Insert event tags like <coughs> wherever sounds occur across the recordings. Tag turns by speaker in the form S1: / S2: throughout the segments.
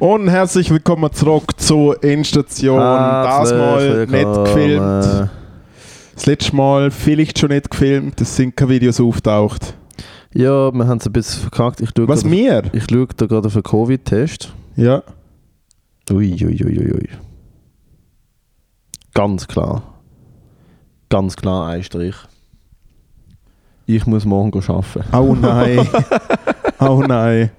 S1: Und herzlich willkommen zurück zu Endstation. Das mal
S2: Herzlich
S1: nicht gefilmt.
S2: willkommen.
S1: Das letzte Mal vielleicht schon nicht gefilmt, es sind keine Videos auftaucht.
S2: Ja, wir haben es ein bisschen verkackt. Ich schaue
S1: Was
S2: gerade,
S1: mir?
S2: ich schaue da gerade auf einen Covid-Test.
S1: Ja.
S2: Ui, ui, ui, ui, ui. Ganz klar. Ganz klar ein Strich. Ich muss morgen gehen arbeiten.
S1: Oh nein. oh nein.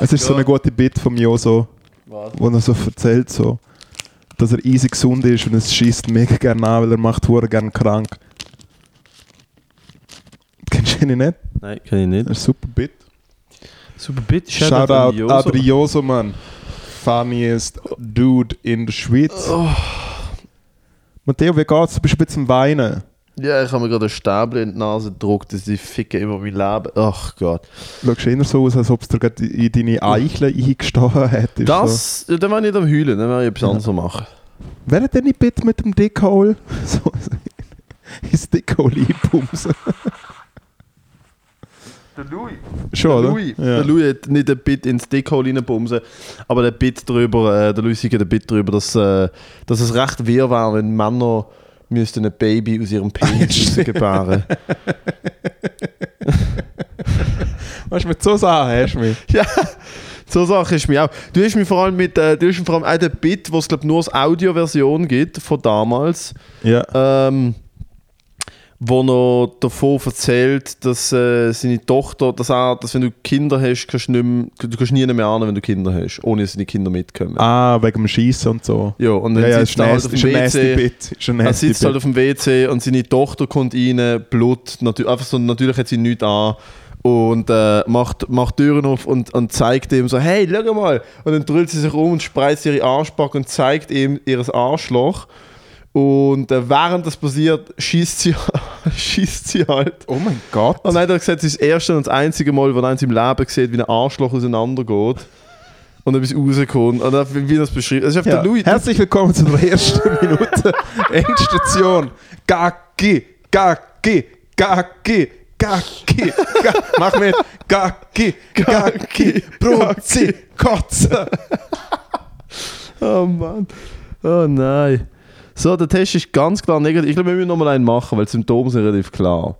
S1: es ist so eine gute Bit vom Joso, wo er so erzählt, so, dass er easy gesund ist und es schießt mega gerne an, weil er macht hure gerne krank. Kennst du ihn nicht?
S2: <laughs> Nein, kann ich nicht.
S1: Das ist ein super Bit.
S2: Super, bitte.
S1: Shoutout Adrioso, Mann. Funniest Dude in der Schweiz.
S2: Oh.
S1: Matteo, wie geht's? Du bist ein bisschen am weinen.
S2: Ja, ich habe mir gerade einen Stäbchen in die Nase gedruckt, dass die Ficken immer mein Leben. Ach Gott.
S1: Schaust du eher so aus, als ob es dir gerade in deine Eichel eingestochen hätte.
S2: Das, ja, dann war ich nicht am Heulen, dann werde ich etwas anderes machen.
S1: So. Wer hat denn nicht bitte mit dem Dickhole? <laughs> So, ins Dickhole einpumsen.
S2: Der Louis.
S1: Schon,
S2: Der
S1: oder?
S2: Louis.
S1: Ja.
S2: Der Louis hat nicht ein Bit ins Dickhole reinbumsen, aber der Bit drüber, äh, der Louis sagt ein Bit drüber, dass, äh, dass es recht wirr wäre, wenn Männer müssten ein Baby aus ihrem <laughs> Penis
S1: Stimmt.
S2: gebären.
S1: Weißt du, mit so Sachen hast du mich.
S2: ja, so Sache ist mir auch. Du hast mir vor allem mit, äh, du hast mir vor allem auch den Bit, wo es glaube nur als Audioversion gibt von damals.
S1: Ja.
S2: ähm, wo er davon erzählt, dass äh, seine Tochter, dass, er, dass wenn du Kinder hast, kannst du, nicht mehr, du kannst nie mehr an, wenn du Kinder hast, ohne dass seine Kinder mitkommen.
S1: Ah, wegen dem Schießen und so.
S2: Ja, und dann
S1: Ja, ja,
S2: sitzt
S1: ist
S2: er
S1: ein
S2: halt
S1: nasty
S2: auf dem
S1: ist ein nasty
S2: WC.
S1: Bit. Ist ein
S2: Er
S1: nasty
S2: sitzt halt
S1: Bit.
S2: auf dem WC und seine Tochter kommt rein, Blut, natürlich, einfach so, natürlich hat sie nichts an und äh, macht, macht Türen auf und, und zeigt ihm so, hey, schau mal. Und dann dreht sie sich um und spreizt ihre Arschbacke und zeigt ihm ihres Arschloch. Und äh, während das passiert, schießt sie, <laughs> schießt sie halt.
S1: Oh mein Gott.
S2: Und dann hat er gesagt, es ist das erste und das einzige Mal, wo er in seinem Leben sieht, wie ein Arschloch auseinandergeht und etwas rauskommt. Und dann, wie er das beschreibt. Also,
S1: Ja.
S2: der Louis,
S1: Herzlich willkommen zu der ersten
S2: <laughs>
S1: Minute Endstation. Gacki, Gacki, Gacki, Gacki. Ga- Mach mit. Gacki, Gacki,
S2: <laughs>
S1: Brutzi, Kotze.
S2: Oh Mann. Oh nein. So, der Test ist ganz klar negativ. Ich glaube, wir müssen nochmal einen machen, weil die Symptome sind relativ klar.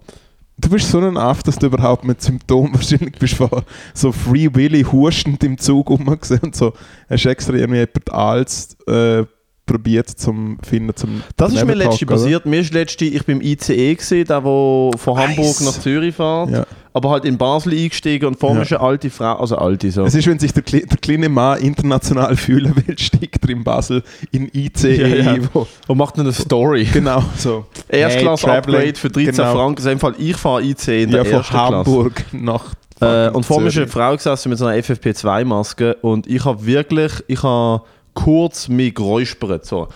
S1: Du bist so ein Aff, dass du überhaupt mit Symptomen wahrscheinlich bist vor so Free Willy huschend im Zug rumgesehen und so. Hast extra irgendwie jemand als äh, probiert zum finden zum
S2: Das ist mir
S1: daneben
S2: letzte
S1: zu hocken,
S2: passiert. Mir ist letzte, ich bin im ICE gesehen, der wo von
S1: Nice.
S2: Hamburg nach Zürich fährt,
S1: Ja.
S2: aber halt in Basel eingestiegen und vor mir
S1: Ja.
S2: ist eine alte Frau, also alte so.
S1: Es ist, wenn sich der, Kle- der kleine Mann international fühlen will, steigt er in Basel in ICE
S2: Ja, ja.
S1: ein, wo-
S2: Und macht eine Story.
S1: Genau so.
S2: Erstklasse-Upgrade für 13
S1: Genau.
S2: Franken. Also in dem Fall, ich fahre ICE in
S1: Ja,
S2: der
S1: von
S2: ersten Klasse.
S1: Hamburg nach.
S2: Äh, und vor mir ist eine
S1: Zürich.
S2: Frau gesessen mit so einer FFP2-Maske und ich habe wirklich, ich habe kurz mich geräuspert. So.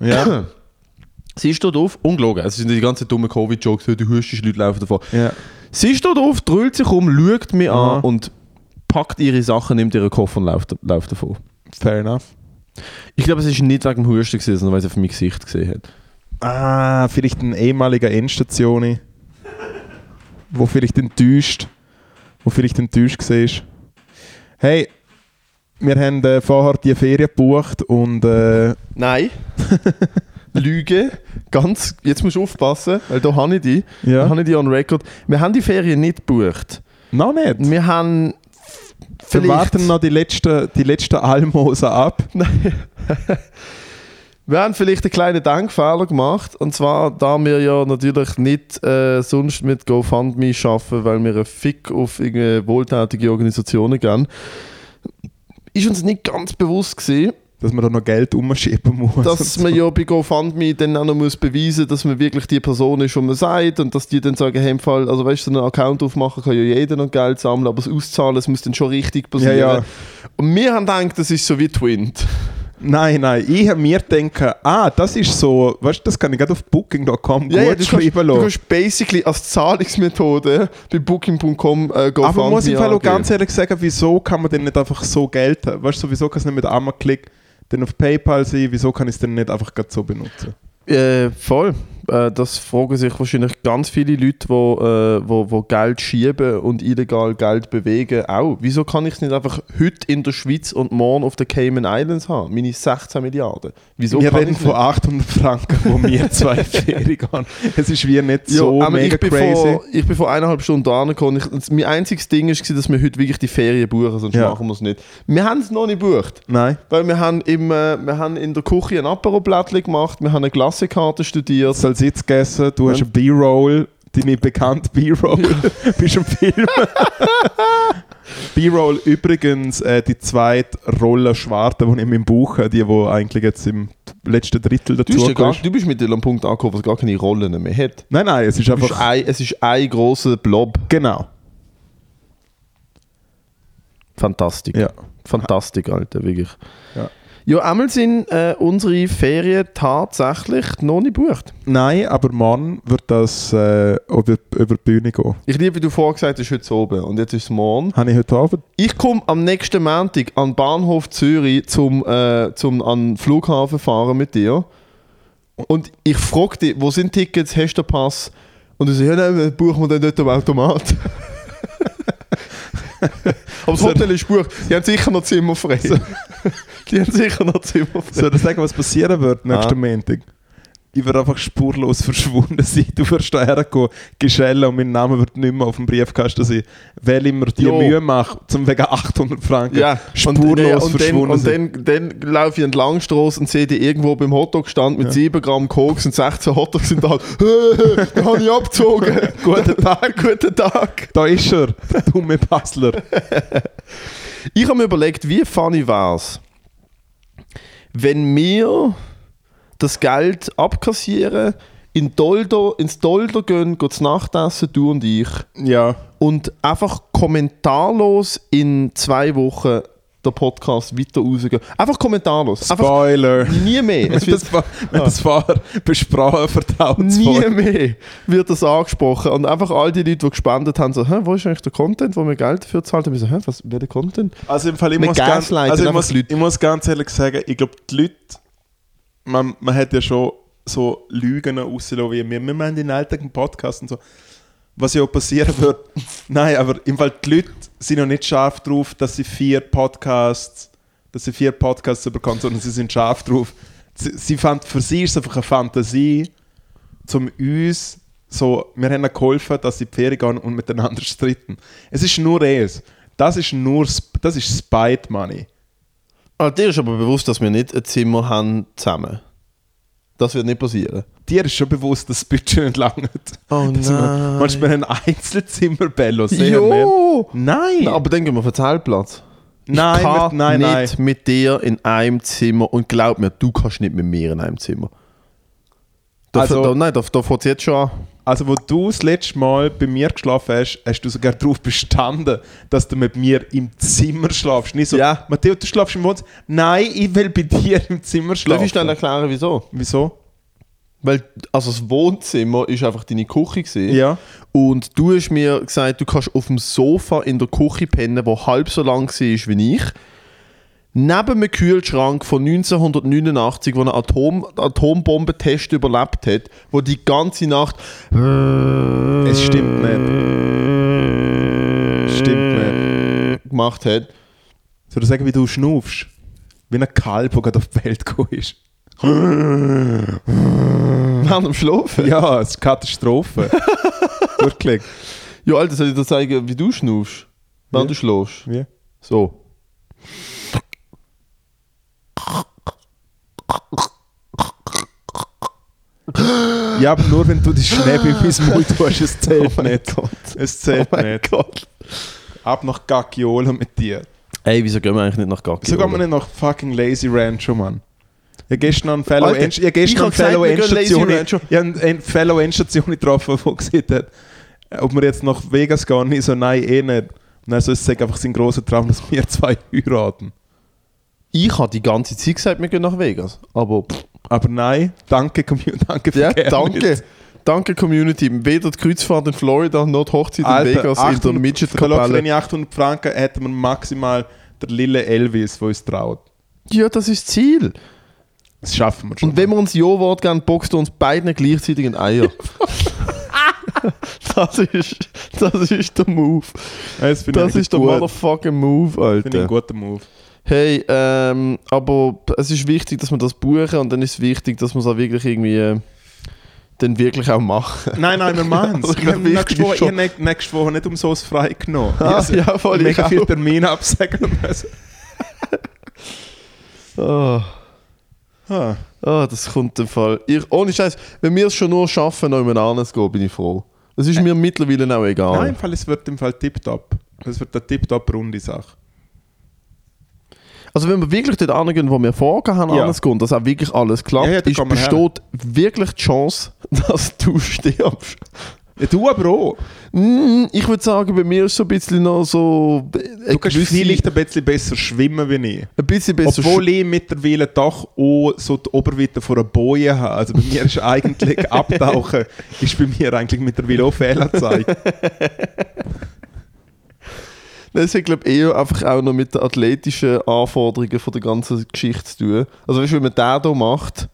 S1: Ja.
S2: Sie steht auf, ungelogen, also es sind die ganzen dummen Covid-Jokes, die hustest, die Leute laufen davon.
S1: ja.
S2: Sie steht auf, drüllt sich um, schaut mich an
S1: Mhm.
S2: und packt ihre Sachen, nimmt ihren Koffer und läuft, läuft davon.
S1: Fair enough.
S2: Ich glaube, es ist nicht wegen dem Husten, gewesen, sondern weil sie auf mein Gesicht gesehen hat.
S1: Ah, vielleicht ein ehemaliger Endstation, wo vielleicht enttäuscht, wo vielleicht enttäuscht war. Hey, wir haben äh, vorher die Ferien gebucht und äh,
S2: <laughs> Nein. Lüge. Ganz, jetzt musst du aufpassen, weil da habe ich die. Da
S1: ja,
S2: habe ich die on record. Wir haben die Ferien nicht gebucht.
S1: noch nicht.
S2: Wir haben
S1: Wir
S2: vielleicht...
S1: warten noch die letzten, die letzten Almosen ab.
S2: Wir haben vielleicht einen kleinen Denkfehler gemacht. Und zwar, da wir ja natürlich nicht äh, sonst mit GoFundMe arbeiten, weil wir einen Fick auf irgendeine wohltätige Organisationen gehen, ist uns nicht ganz bewusst
S1: <laughs>
S2: gewesen,
S1: dass man da noch Geld umschieben muss.
S2: dass man ja bei GoFundMe dann auch noch muss beweisen muss, dass man wirklich die Person ist, die man sagt und dass die dann sagen, hey, im Fall, also weißt du, so einen Account aufmachen kann ja jeder noch Geld sammeln, aber das Auszahlen, es muss dann schon richtig passieren.
S1: Ja, ja.
S2: Und wir haben gedacht, das ist so wie Twint.
S1: Nein, nein, ich habe mir gedacht, ah, das ist so, weißt du, das kann ich gerade auf booking.com
S2: Ja, ja,
S1: gut
S2: du, kannst,
S1: schreiben
S2: du
S1: lassen.
S2: kannst basically als Zahlungsmethode bei Booking.com äh, GoFundMe
S1: Aber muss ich im Fall auch
S2: angeben.
S1: ganz ehrlich sagen, wieso kann man denn nicht einfach so Geld haben? Weißt du, wieso kann es nicht mit einem Klick dann auf PayPal sein? Wieso kann ich es denn nicht einfach gerade so benutzen?
S2: e- Äh, voll. Äh, das fragen sich wahrscheinlich ganz viele Leute, die äh, wo, wo Geld schieben und illegal Geld bewegen, auch. Wieso kann ich es nicht einfach heute in der Schweiz und morgen auf den Cayman Islands haben? Meine 16 Milliarden. Wieso
S1: wir
S2: kann
S1: reden
S2: ich's
S1: von
S2: nicht?
S1: 800 Franken, wo
S2: <laughs>
S1: wir zwei Ferien gehen. Es ist wie nicht
S2: Ja,
S1: so
S2: aber
S1: mega
S2: ich bin
S1: crazy.
S2: Vor, ich bin vor eineinhalb Stunden angekommen. Ich, das- mein einziges Ding war, dass wir heute wirklich die Ferien buchen, sonst
S1: Ja.
S2: machen wir es nicht. Wir haben es noch nicht gebucht.
S1: Nein.
S2: Weil wir haben, im, äh, wir haben in der Küche ein Aperoblättchen gemacht, wir haben eine Klassenkarte studiert.
S1: Du sollst jetzt gegessen, du hast
S2: Ja.
S1: einen B-Roll, deine bekannte B-Roll, <laughs> bist im Film. B-Roll übrigens äh, die zweite Rolle Schwarte, die ich in meinem Buch habe, die wo eigentlich jetzt im letzten Drittel
S2: Du, hast
S1: dazu
S2: ja gar, du bist mit dem Punkt angekommen, was gar keine Rollen mehr hat.
S1: Nein, nein, es ist
S2: Du bist
S1: einfach...
S2: ein, es ist ein großer Blob.
S1: Genau.
S2: Fantastik.
S1: Ja.
S2: Fantastik, Alter, wirklich.
S1: Ja.
S2: Ja, einmal sind äh, unsere Ferien tatsächlich noch nicht gebucht.
S1: Nein, aber Mann wird das äh, über, über die Bühne gehen.
S2: Ich liebe, wie du vorher gesagt hast, heute oben und jetzt ist es morgen.
S1: Habe ich heute Abend?
S2: Ich komme am nächsten Montag an den Bahnhof Zürich zum, äh, zum an den Flughafen fahren mit dir. Und ich frage dich, wo sind Tickets, hast du den Pass? Und du sagst, ja, nein, den buchen wir dann nicht am Automat. Aber das Hotel ist gebucht. Die haben sicher noch Zimmer frei. Die haben sicher noch Zimmer frei.
S1: Soll ich sagen, was passieren
S2: Ah.
S1: wird nächsten Montag? Ich werde einfach spurlos <laughs> verschwunden sein. Du wirst hierher gehen, geschellen und mein Name wird nicht mehr auf dem Briefkasten sein. Weil ich mir die
S2: Jo.
S1: Mühe mache, zum wegen 800 Franken spurlos
S2: und, ja, und, dann,
S1: verschwunden
S2: und
S1: sein.
S2: dann, dann laufe ich entlang Strasse und sehe die irgendwo beim Hotdog stand mit 7 Gramm Koks und 16 Hotdogs in der <laughs> Hand. Da habe ich abgezogen. guten <laughs> Tag, guten Tag.
S1: Da ist er, der dumme Basler.
S2: Ich habe mir überlegt, wie funny wäre es, wenn wir das Geld abkassieren, in Doldo, ins Doldo gehen, gehen zu Nacht essen, du und ich,
S1: ja.
S2: und einfach kommentarlos in zwei Wochen der Podcast weiter rausgehen. Einfach kommentarlos. Einfach
S1: Spoiler. <laughs>
S2: Nie mehr.
S1: Wenn
S2: Es <laughs> wird
S1: das, war- wenn das vorher besprochen, vertraut
S2: nie mehr wird das angesprochen. Und einfach all die Leute, die gespendet haben, so, Hä, wo ist eigentlich der Content, wo wir Geld dafür zahlt haben? Ich so, Hä, was, wer der Content?
S1: Also im Fall, ich
S2: Mit
S1: muss, ganz,
S2: Gaslighten
S1: also ich,
S2: einfach
S1: muss,
S2: die Leute.
S1: ich muss ganz ehrlich sagen, ich glaube, die Leute, man, man hat ja schon so Lügen rausgelassen, wie wir, wir haben den Alltag einen Podcast und so, was ja auch passieren wird. <laughs> Nein, aber im Fall, die Leute sind noch nicht scharf drauf, dass sie vier Podcasts, dass sie vier Podcasts bekommen, sondern sie sind scharf drauf. Sie, sie fand, für sie ist es einfach eine Fantasie, zum uns so, wir haben ihnen geholfen, dass sie in die Ferien gehen und miteinander streiten. Es ist nur es. Das ist nur, Sp- das ist Spite Money.
S2: Ah, dir ist aber bewusst, dass wir nicht ein Zimmer haben zusammen. Das wird nicht passieren.
S1: Dir ist schon bewusst, dass das Budget nicht langt. <laughs>
S2: Oh
S1: Dass wir-
S2: nein.
S1: Manchmal ein Einzelzimmerbello sehen wir.
S2: Jo!
S1: Nein!
S2: Na, aber dann gehen wir auf den Zeltplatz.
S1: Nein,
S2: ich kann
S1: mit- nein,
S2: nicht mit dir in einem Zimmer und glaub mir, du kannst nicht mit mir in einem Zimmer. Da,
S1: Also-
S2: da, nein, da, da fängt es jetzt schon an.
S1: Also, wo du das letzte Mal bei mir geschlafen hast, hast du sogar darauf bestanden, dass du mit mir im Zimmer schlafst. Nicht so,
S2: Ja.
S1: Matteo, du schlafst im Wohnzimmer. Nein, ich will bei dir im Zimmer
S2: Darf
S1: schlafen.
S2: ich schnell erklären, wieso?
S1: Wieso?
S2: Weil also das Wohnzimmer ist einfach deine Küche gewesen.
S1: Ja.
S2: Und du hast mir gesagt, du kannst auf dem Sofa in der Küche pennen, wo halb so lang war wie ich. Neben einem Kühlschrank von 1989, wo eine Atom Atombombentest überlebt hat, wo die ganze Nacht
S1: Es stimmt nicht. Stimmt nicht.
S2: gemacht hat.
S1: Soll ich sagen, wie du schnaufst? Wie ein Kalb, der gerade auf die Welt gekommen ist.
S2: Während dem Schlafen.
S1: <laughs> Mhm. Ja, es ist Katastrophe. <laughs> Wirklich.
S2: Ja, Alter, soll ich dir zeigen, wie du schnaufst? Während du schläfst.
S1: Wie?
S2: So.
S1: Ja, aber nur wenn du die Schnäbe in meinen Mund tust, es <laughs> zählt nicht. Es zählt
S2: Oh
S1: <laughs>
S2: mein
S1: nicht.
S2: Gott.
S1: Ab nach Gagiola mit dir.
S2: Ey, wieso gehen wir eigentlich nicht nach Gaggi?
S1: So geht man nicht nach fucking Lazy Rancho, Mann. Ihr gehst noch einen Fellow
S2: Alter,
S1: Endstation. Ihr gehst
S2: ich
S1: noch einen
S2: hab gesagt,
S1: Fellow
S2: wir gehen Lazy
S1: Endstation.
S2: Rancho.
S1: Ich habe einen Fellow Endstation getroffen, der gesagt hat, ob wir jetzt nach Vegas gehen. Ich so, nein, eh nicht. Und dann so, es sagt einfach sein großer Traum, dass wir <laughs> zwei heiraten.
S2: Ich habe die ganze Zeit gesagt, wir gehen nach Vegas. Aber pff,
S1: Aber nein, danke, Commu- <laughs> danke für
S2: ja,
S1: Gernitz.
S2: danke. Danke, Community. Weder die Kreuzfahrt in Florida noch die Hochzeit in
S1: Alter,
S2: Vegas in der
S1: 800 Verlag, Für
S2: Midget-Kapelle.
S1: deine 800 Franken hätten wir maximal der lille Elvis, der uns traut.
S2: Ja, das ist das Ziel.
S1: Das schaffen wir schon.
S2: Und wenn wir uns Ja-Wort geben, boxt du uns beiden gleichzeitig in die <laughs> Eier. das, ist, das ist der Move.
S1: das finde ich
S2: Das ist der
S1: gut.
S2: motherfucking Move,
S1: Finde ich einen
S2: Alter.
S1: guten Move.
S2: Hey, ähm, aber es ist wichtig, dass wir das buchen und dann ist es wichtig, dass wir es auch wirklich irgendwie äh, dann wirklich auch machen.
S1: Nein, nein, wir machen
S2: <laughs> Also
S1: es.
S2: ich glaub,
S1: Nächste
S2: wichtig ist
S1: Woche,
S2: schon-
S1: ich habe nächste Woche nicht umsonst frei genommen.
S2: Ah,
S1: ich
S2: ja, voll,
S1: habe
S2: ich
S1: mega
S2: auch.
S1: viele Termine absagen müssen.
S2: Ah.
S1: Ah.
S2: Ah, das kommt im Fall. Ich, ohne Scheiß, wenn wir es schon nur schaffen, noch jemand anderes zu gehen, bin ich froh. Das ist mir mittlerweile auch egal.
S1: Äh. Nein, im Fall, es wird im Fall tipptopp. Es wird eine tipptopp runde Sache.
S2: Also wenn wir wirklich dort angehen, wo wir vorgehen haben,
S1: Ja.
S2: anders gehen, dass auch wirklich alles klappt,
S1: Ja, ja, da
S2: ist,
S1: kann man
S2: besteht wirklich die Chance, <laughs> dass du stirbst.
S1: Ja, du aber auch.
S2: Mm, Ich würde sagen, bei mir ist so ein bisschen noch so... äh,
S1: Du kannst vielleicht ein bisschen besser schwimmen wie ich.
S2: ein bisschen besser...
S1: Obwohl ich mittlerweile doch auch so die Oberweite von einer Boje habe. Also bei mir ist
S2: <laughs>
S1: eigentlich Abtauchen ist bei mir eigentlich mittlerweile auch
S2: <laughs>
S1: Fehlanzeige.
S2: Das hat, glaube ich, eher einfach auch noch mit den athletischen Anforderungen von der ganzen Geschichte zu tun. Also weißt du, wenn man den hier macht...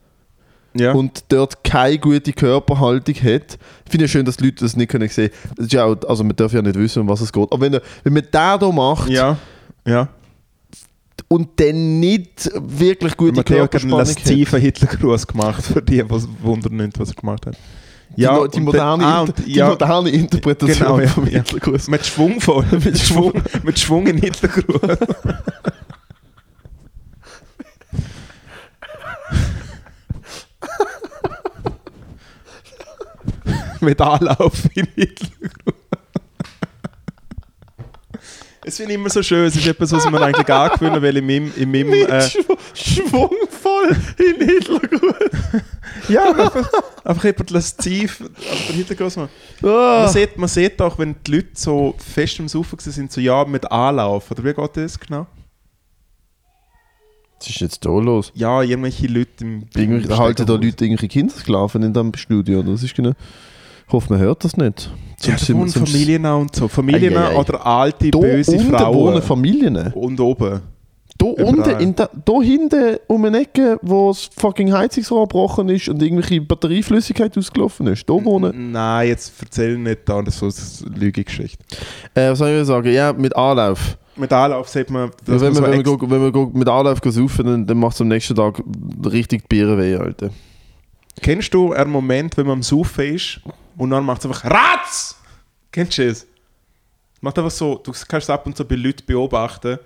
S1: Ja.
S2: und dort keine gute Körperhaltung hat. Ich finde es schön, dass die Leute das nicht können sehen können. Das ist ja auch, also man darf ja nicht wissen, um was es geht. Aber wenn, er- wenn man den hier macht
S1: ja. Ja.
S2: und dann nicht wirklich
S1: Und
S2: gute
S1: Matteo hat einen
S2: Körperspannung hat,
S1: lasziven Hitlergruß gemacht, für die, die wundern nicht, was er gemacht hat.
S2: die,
S1: Ja,
S2: mo- die,
S1: und
S2: moderne,
S1: dann- ah,
S2: Inter-
S1: und- ja.
S2: die moderne Interpretation
S1: Genau, ja,
S2: vom
S1: ja. <laughs>
S2: Hitlergruß.
S1: Mit Schwung voll. mit,
S2: <laughs>
S1: Schwung, mit Schwung in Hitlergruß. mit Anlauf in Hitlergruß. Es finde ich immer so schön, es ist etwas, was man eigentlich angewöhnen will in meinem. In meinem
S2: Mit
S1: äh,
S2: Schw schwungvoll in Hitlergruß.
S1: ja, <laughs> einfach, einfach jemand lasziv. auf den Hitlergruß machen. Man
S2: Ah.
S1: sieht, man sieht auch, wenn die Leute so fest am Saufen waren, sind, so ja, mit Anlauf. Oder wie geht das genau?
S2: Was ist jetzt da los?
S1: Ja, irgendwelche Leute im
S2: Irgendwie halten da Leute irgendwelche Kindersklaven in diesem Studio. Das ist genau... Ich hoffe, man hört das nicht.
S1: Ja, da wohnen
S2: sonst-
S1: Familien auch und so. Familien
S2: Ei, ei, ei.
S1: oder alte,
S2: Da
S1: böse
S2: unten wohnen
S1: Frauen.
S2: Familien.
S1: und oben.
S2: Da
S1: Überall.
S2: unten, in da, da hinten um eine Ecke, wo das fucking Heizungsrohr gebrochen ist und irgendwelche Batterieflüssigkeit ausgelaufen ist. Da wohnen.
S1: Nein, jetzt erzähl nicht da, das ist so eine Lügegeschichte.
S2: Äh, was soll ich sagen? Ja, mit Anlauf.
S1: Mit Anlauf sieht man,
S2: Ja,
S1: dass
S2: wenn,
S1: man so
S2: wir, wenn, wir,
S1: extra-
S2: go- wenn wir go- mit Anlauf go saufen, dann, dann macht es am nächsten Tag richtig die Biere weh, Alter.
S1: Kennst du einen Moment, wenn man am Saufen ist und dann macht es einfach Ratz? Kennst du es? Macht einfach so, du kannst es ab und zu bei Leuten beobachten,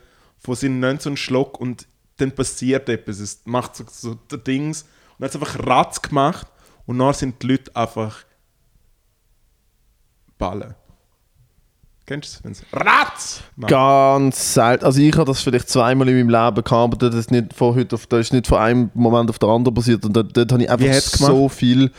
S1: wo sie nehmen so einen Schluck und dann passiert etwas. Es macht so, so der Dings und dann hat es einfach Ratz gemacht und dann sind die Leute einfach ballen. Kennst du es? Wenn es Ratz! macht?
S2: Ganz selten. Also ich habe das vielleicht zweimal in meinem Leben gehabt, aber das ist nicht von heute auf, das ist nicht von einem Moment auf den anderen passiert. Und dort, dort habe ich einfach
S1: hat's
S2: so viel.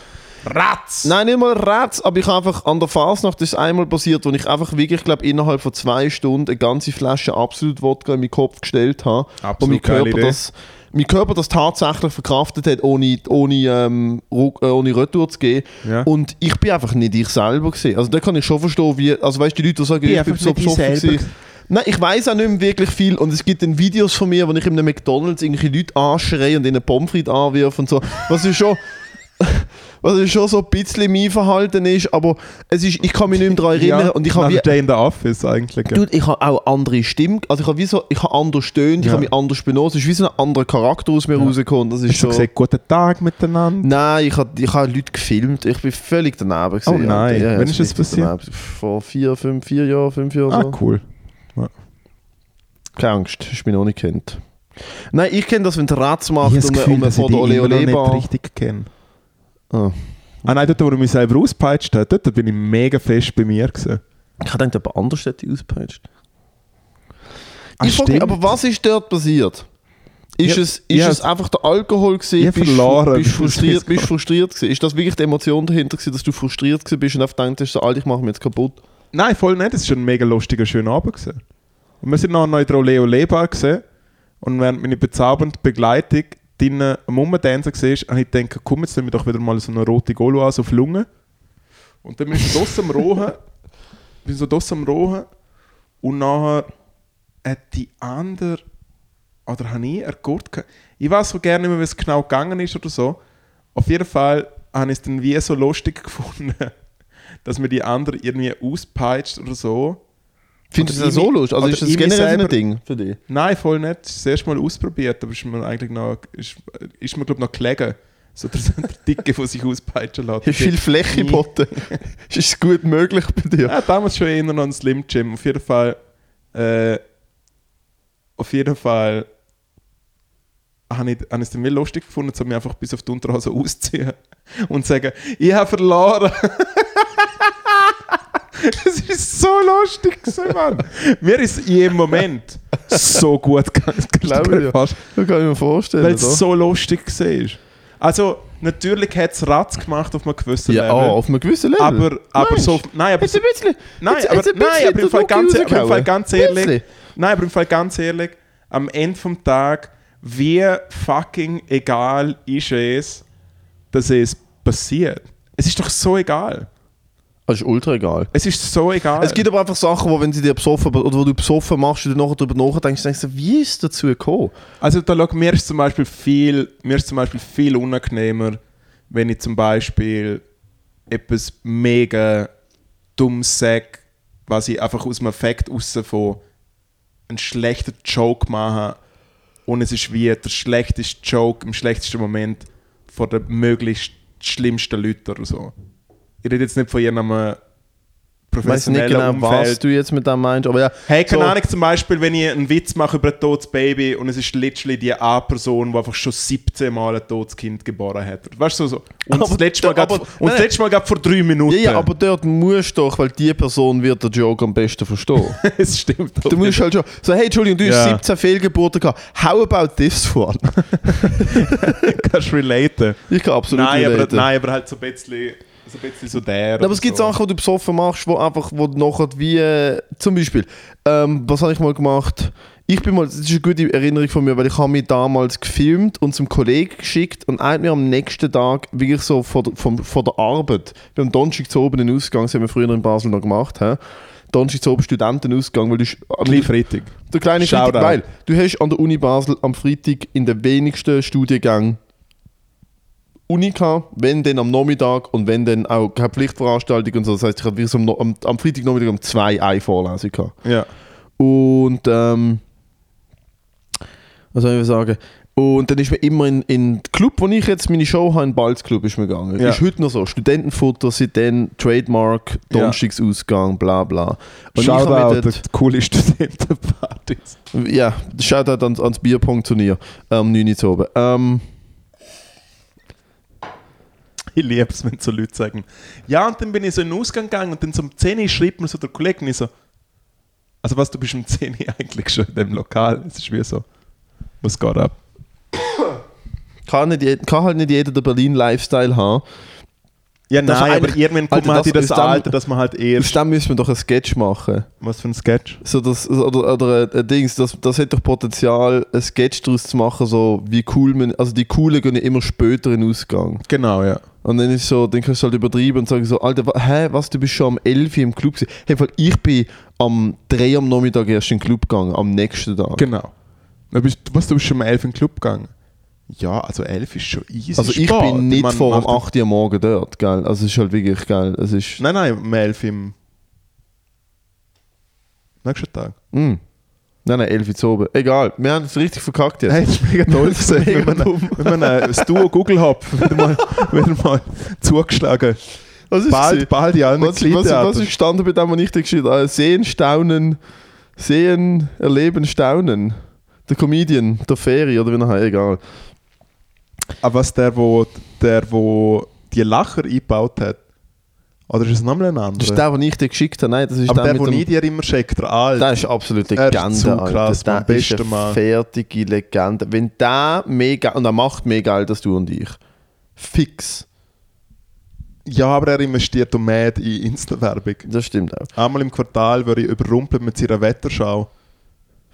S1: Ratz!
S2: Nein, nicht mal Rätsel, aber ich habe einfach an der Fasnacht ist einmal passiert, wo ich einfach wirklich, glaube innerhalb von zwei Stunden eine ganze Flasche absolut Wodka in meinen Kopf gestellt habe.
S1: Absolut
S2: und mein
S1: geile
S2: Körper,
S1: Idee.
S2: das, mein Körper das tatsächlich verkraftet hat, ohne, ohne, ähm, Ruck, äh, ohne Retour zu gehen.
S1: Ja.
S2: Und ich bin einfach nicht ich selber gesehen. Also da kann ich schon verstehen, wie, also weißt du, die Leute, die sagen,
S1: Bin
S2: ich
S1: einfach
S2: bin so
S1: nicht ich
S2: besoffen
S1: selber.
S2: gewesen. Nein, ich weiß auch nicht mehr wirklich viel und es gibt dann Videos von mir, wo ich in einem McDonalds irgendwelche Leute anschreie und ihnen Pommes frites anwirf und so. Was ist schon... Was ist schon so ein bisschen mein Verhalten ist, aber es ist, ich kann mich nicht mehr daran erinnern und ich habe wie,
S1: wie... in der Office eigentlich. ja.
S2: Dude, ich habe auch andere Stimmen, also ich habe wie so, ich habe anders stöhnt, ich
S1: Ja.
S2: habe mich anders benutzt, es ist wie so ein anderer Charakter aus mir rausgekommen, das ist
S1: Hast du
S2: schon...
S1: gesagt, guten Tag miteinander?
S2: Nein, ich habe ich habe Leute gefilmt, ich bin völlig daneben gewesen.
S1: Oh nein,
S2: Alter.
S1: wann
S2: ich
S1: ist das
S2: bin richtig
S1: passiert?
S2: daneben. Vor vier, fünf, vier Jahren, fünf Jahren so.
S1: Ah, cool.
S2: Keine Angst, hast mich noch nicht kennt. Nein, ich kenne das, wenn der Ratz macht
S1: ich habe das Gefühl, dass ich
S2: vor
S1: die
S2: der Ole
S1: immer noch
S2: Ole
S1: nicht
S2: Bar.
S1: richtig kenne.
S2: Ah.
S1: Ah nein, dort, wo ich mich selber auspeitscht habe, dort bin ich mega fest bei mir. Gewesen.
S2: Ich habe gedacht, jemand anders hätte ich ausgepeitscht.
S1: Ah,
S2: ich frage mich,
S1: stimmt.
S2: aber was ist dort passiert? Ist,
S1: Ja,
S2: es, ist
S1: ja,
S2: es einfach der Alkohol gewesen?
S1: Ja,
S2: bist,
S1: verloren.
S2: Bist frustriert,
S1: <laughs> Das ist
S2: bist frustriert gewesen? Ist das wirklich die Emotion dahinter gewesen, dass du frustriert gewesen bist und einfach gedacht hast, so, Alter, ich mache mich jetzt kaputt?
S1: Nein, voll nicht. Es war ein mega lustiger, schöner Abend. Gewesen. Und wir sind nachher noch in der Oleo Lebar gewesen. Und während meine bezaubernde Begleitung deinen Mummendancer war, habe ich gedacht, komm, jetzt nehmen wir doch wieder mal so eine rote Golo an, so auf die Lunge. Und dann bin ich so draussen am Rohen. <laughs> Bin so draussen am Rohen. Und nachher hat die andere Oder habe ich einen Gurt gehabt? Ich weiß so gerne nicht mehr, wie es genau gegangen ist oder so. Auf jeden Fall habe ich es dann wie so lustig <laughs> gefunden, dass man die anderen irgendwie auspeitscht oder so.
S2: Findest du
S1: Oder
S2: das so
S1: ich mich-
S2: lustig? Also
S1: oder
S2: ist das
S1: ich mich
S2: generell ein
S1: selber-
S2: Ding für dich?
S1: Nein, voll nicht. Das ist das erste Mal ausprobiert, aber ist mir eigentlich noch, ist, ist mir, glaube noch gelegen. So der, <laughs> der Dicke, der sich auspeitschen lässt.
S2: Ist viel Fläche
S1: Nie. <laughs>
S2: geboten? ist es gut möglich bei dir?
S1: Ja, damals schon eher noch ein Slim Jim. Auf jeden Fall. Äh, auf jeden Fall. Habe ich, habe ich es dann mir lustig gefunden, um mich einfach bis auf die Unterhose auszuziehen und zu sagen, ich habe verloren. <laughs> Es ist so lustig, gewesen, Mann. Mir ist in jedem Moment so gut
S2: <laughs>
S1: gegangen. das kannst du
S2: Glaube ich
S1: dir
S2: dir.
S1: fast-
S2: Das kann ich mir vorstellen.
S1: Weil es
S2: oder?
S1: so lustig war. Also, natürlich hat es Ratz gemacht auf einem gewissen
S2: ja,
S1: Level.
S2: ah, auf einem gewissen Level.
S1: aber, aber
S2: Meinst
S1: so.
S2: du?
S1: Nein, aber
S2: Jetzt ein bisschen.
S1: Nein,
S2: jetzt,
S1: aber,
S2: jetzt ein bisschen
S1: nein, aber im
S2: den
S1: Fall
S2: Druck
S1: ganz, aber im Fall
S2: rausgehauen.
S1: ganz
S2: Bisschen.
S1: ehrlich. Nein, aber im Fall ganz ehrlich, am Ende vom Tag, wie fucking egal ist es, dass es passiert. Es ist doch so egal.
S2: Das Ah, ist ultra egal.
S1: Es ist so egal.
S2: Es gibt aber einfach Sachen, wo wenn sie dir besoffen oder wo du besoffen machst und du nachher darüber nachdenkst, denkst du, wie ist es dazu gekommen?
S1: also da schau, mir ist zum Beispiel viel, mir ist zum Beispiel viel unangenehmer, wenn ich zum Beispiel etwas mega dummes sage, was ich einfach aus dem Effekt raus von einen schlechten Joke machen und es ist wie der schlechteste Joke im schlechtesten Moment von den möglichst schlimmsten Leuten oder so. Ich rede jetzt nicht von irgendeinem
S2: Ich weiß nicht
S1: professionellen
S2: genau,
S1: Umfeld.
S2: was du jetzt mit dem meinst, aber Oh, ja.
S1: Hey, keine
S2: so,
S1: Ahnung, zum Beispiel, wenn ich einen Witz mache über ein totes Baby und es ist literally die eine Person, die einfach schon 17 Mal ein totes Kind geboren hat. Weißt du, so. so. Und
S2: Aber
S1: das letzte Mal
S2: da-
S1: gerade
S2: aber-
S1: und das
S2: nein.
S1: letzte Mal gerade vor drei Minuten.
S2: Ja, ja, aber dort musst du doch, weil die Person wird den Joke am besten
S1: <laughs>
S2: verstehen.
S1: <laughs> es stimmt.
S2: Du musst halt schon so, hey, Entschuldigung, du hast
S1: Ja.
S2: 17 Fehlgeburten gehabt. How about this one? <laughs>
S1: kannst relaten.
S2: Ich kann absolut
S1: Nein aber,
S2: relaten.
S1: nein, aber halt so ein bisschen so, ein bisschen so der.
S2: Aber es gibt
S1: so.
S2: Sachen, die du besoffen machst, wo einfach, wo du nachher wie, äh, zum Beispiel, ähm, was habe ich mal gemacht? Ich bin mal, das ist eine gute Erinnerung von mir, weil ich habe mich damals gefilmt und zum Kollegen geschickt und er hat mir am nächsten Tag wirklich so vor der, vom, vor der Arbeit, wir haben Donnerstag zu oben einen Ausgang, das haben wir früher in Basel noch gemacht, hä? Donnerstag zu oben Studentenausgang, weil du sch-
S1: Klein Freitag.
S2: der kleine
S1: Shoutout.
S2: Freitag, weil du hast an der Uni Basel am Freitag in den wenigsten Studiengängen Uni gehabt, wenn dann am Nachmittag und wenn dann auch keine Pflichtveranstaltung und so. Das heißt, ich hatte wirklich so am, No- am, am Freitagnachmittag um zwei eine Vorlesung gehabt.
S1: Ja.
S2: Und ähm, was soll ich sagen? Und dann ist man immer in, in den Club, wo ich jetzt meine Show habe, in den Balz Club ist man gegangen.
S1: Ja.
S2: Ist heute noch so. Studentenfutter, seitdem Trademark,
S1: Ja.
S2: Donnerstagsausgang, bla bla. Und ich habe mich
S1: Shoutout,
S2: dort-
S1: die coole <laughs> Studentenpartys.
S2: ja, Shoutout ans, ans Bierpunkt-Turnier am 9. Uhr zu oben. Ähm,
S1: Ich liebe es, wenn so Leute sagen. Ja, und dann bin ich so in den Ausgang gegangen und dann zum 10 Uhr schreibt mir so der Kollege und ich so, also was, du bist um 10 Uhr <laughs> eigentlich schon in dem Lokal. Es ist wie so, was geht ab?
S2: kann, nicht, je- kann halt nicht jeder den Berlin-Lifestyle haben.
S1: Ja,
S2: Das
S1: nein,
S2: ist
S1: aber
S2: eigentlich-
S1: irgendwann kommt
S2: Alter,
S1: man halt in
S2: das
S1: das
S2: ist dann-
S1: Alter, dass man halt eher,
S2: Aus dem müssen wir doch einen Sketch machen.
S1: was für ein Sketch.
S2: So das, oder, oder äh, ein Dings, das, das hätte doch Potenzial, ein Sketch daraus zu machen, so wie cool man. Also die Coolen gehen ja immer später in den Ausgang.
S1: Genau, ja.
S2: Und dann ist so, dann kannst du halt übertreiben und sagen so, Alter, wa- hä, was, du bist schon am 11 Uhr im Club gewesen? Hey, voll, ich bin am 3 am Nachmittag erst in den Club gegangen, am nächsten Tag.
S1: Genau. Du bist, was, du bist schon um 11 in den Club gegangen? Ja, also 11 ist schon easy
S2: Also ich
S1: spät.
S2: bin nicht
S1: Man
S2: vor um
S1: macht-
S2: 8 Uhr am morgen dort, gell? Also es ist halt wirklich geil. Es ist.
S1: Nein, nein, um 11 im nächsten Tag.
S2: Mm. Nein, nein, 11 Uhr zu oben. Egal, wir haben es richtig verkackt jetzt.
S1: Hey, das ist mega toll gesehen.
S2: Mega
S1: wenn, man,
S2: dumm.
S1: wenn man äh, das Duo Google Hop wieder mal, wieder mal zugeschlagen.
S2: was ist
S1: Bald,
S2: bald,
S1: bald in allen
S2: was, was, was ist gestanden bei dem, was ich dir geschrieben habe? Äh, Sehen, staunen, sehen, erleben, staunen. Der Comedian, der Ferry oder wie er heißt, egal.
S1: Aber was der, wo, der, wo die Lacher eingebaut hat? Oder ist es nochmal ein anderer?
S2: Das ist der, den ich dir geschickt habe. Nein, das ist
S1: Aber der, den
S2: mit
S1: ich
S2: dem,
S1: dir immer schicke, der Alt.
S2: der ist absolut
S1: Er ist
S2: Legende,
S1: zu krass,
S2: Alter.
S1: mein
S2: Der ist
S1: bester
S2: eine
S1: Mann.
S2: fertige Legende. Wenn der mega... Und er macht mehr Geld als du und ich. Fix.
S1: Ja, aber er investiert um mehr in Insta-Werbung.
S2: Das stimmt auch.
S1: Einmal im Quartal würde ich überrumpelt mit seiner Wetterschau.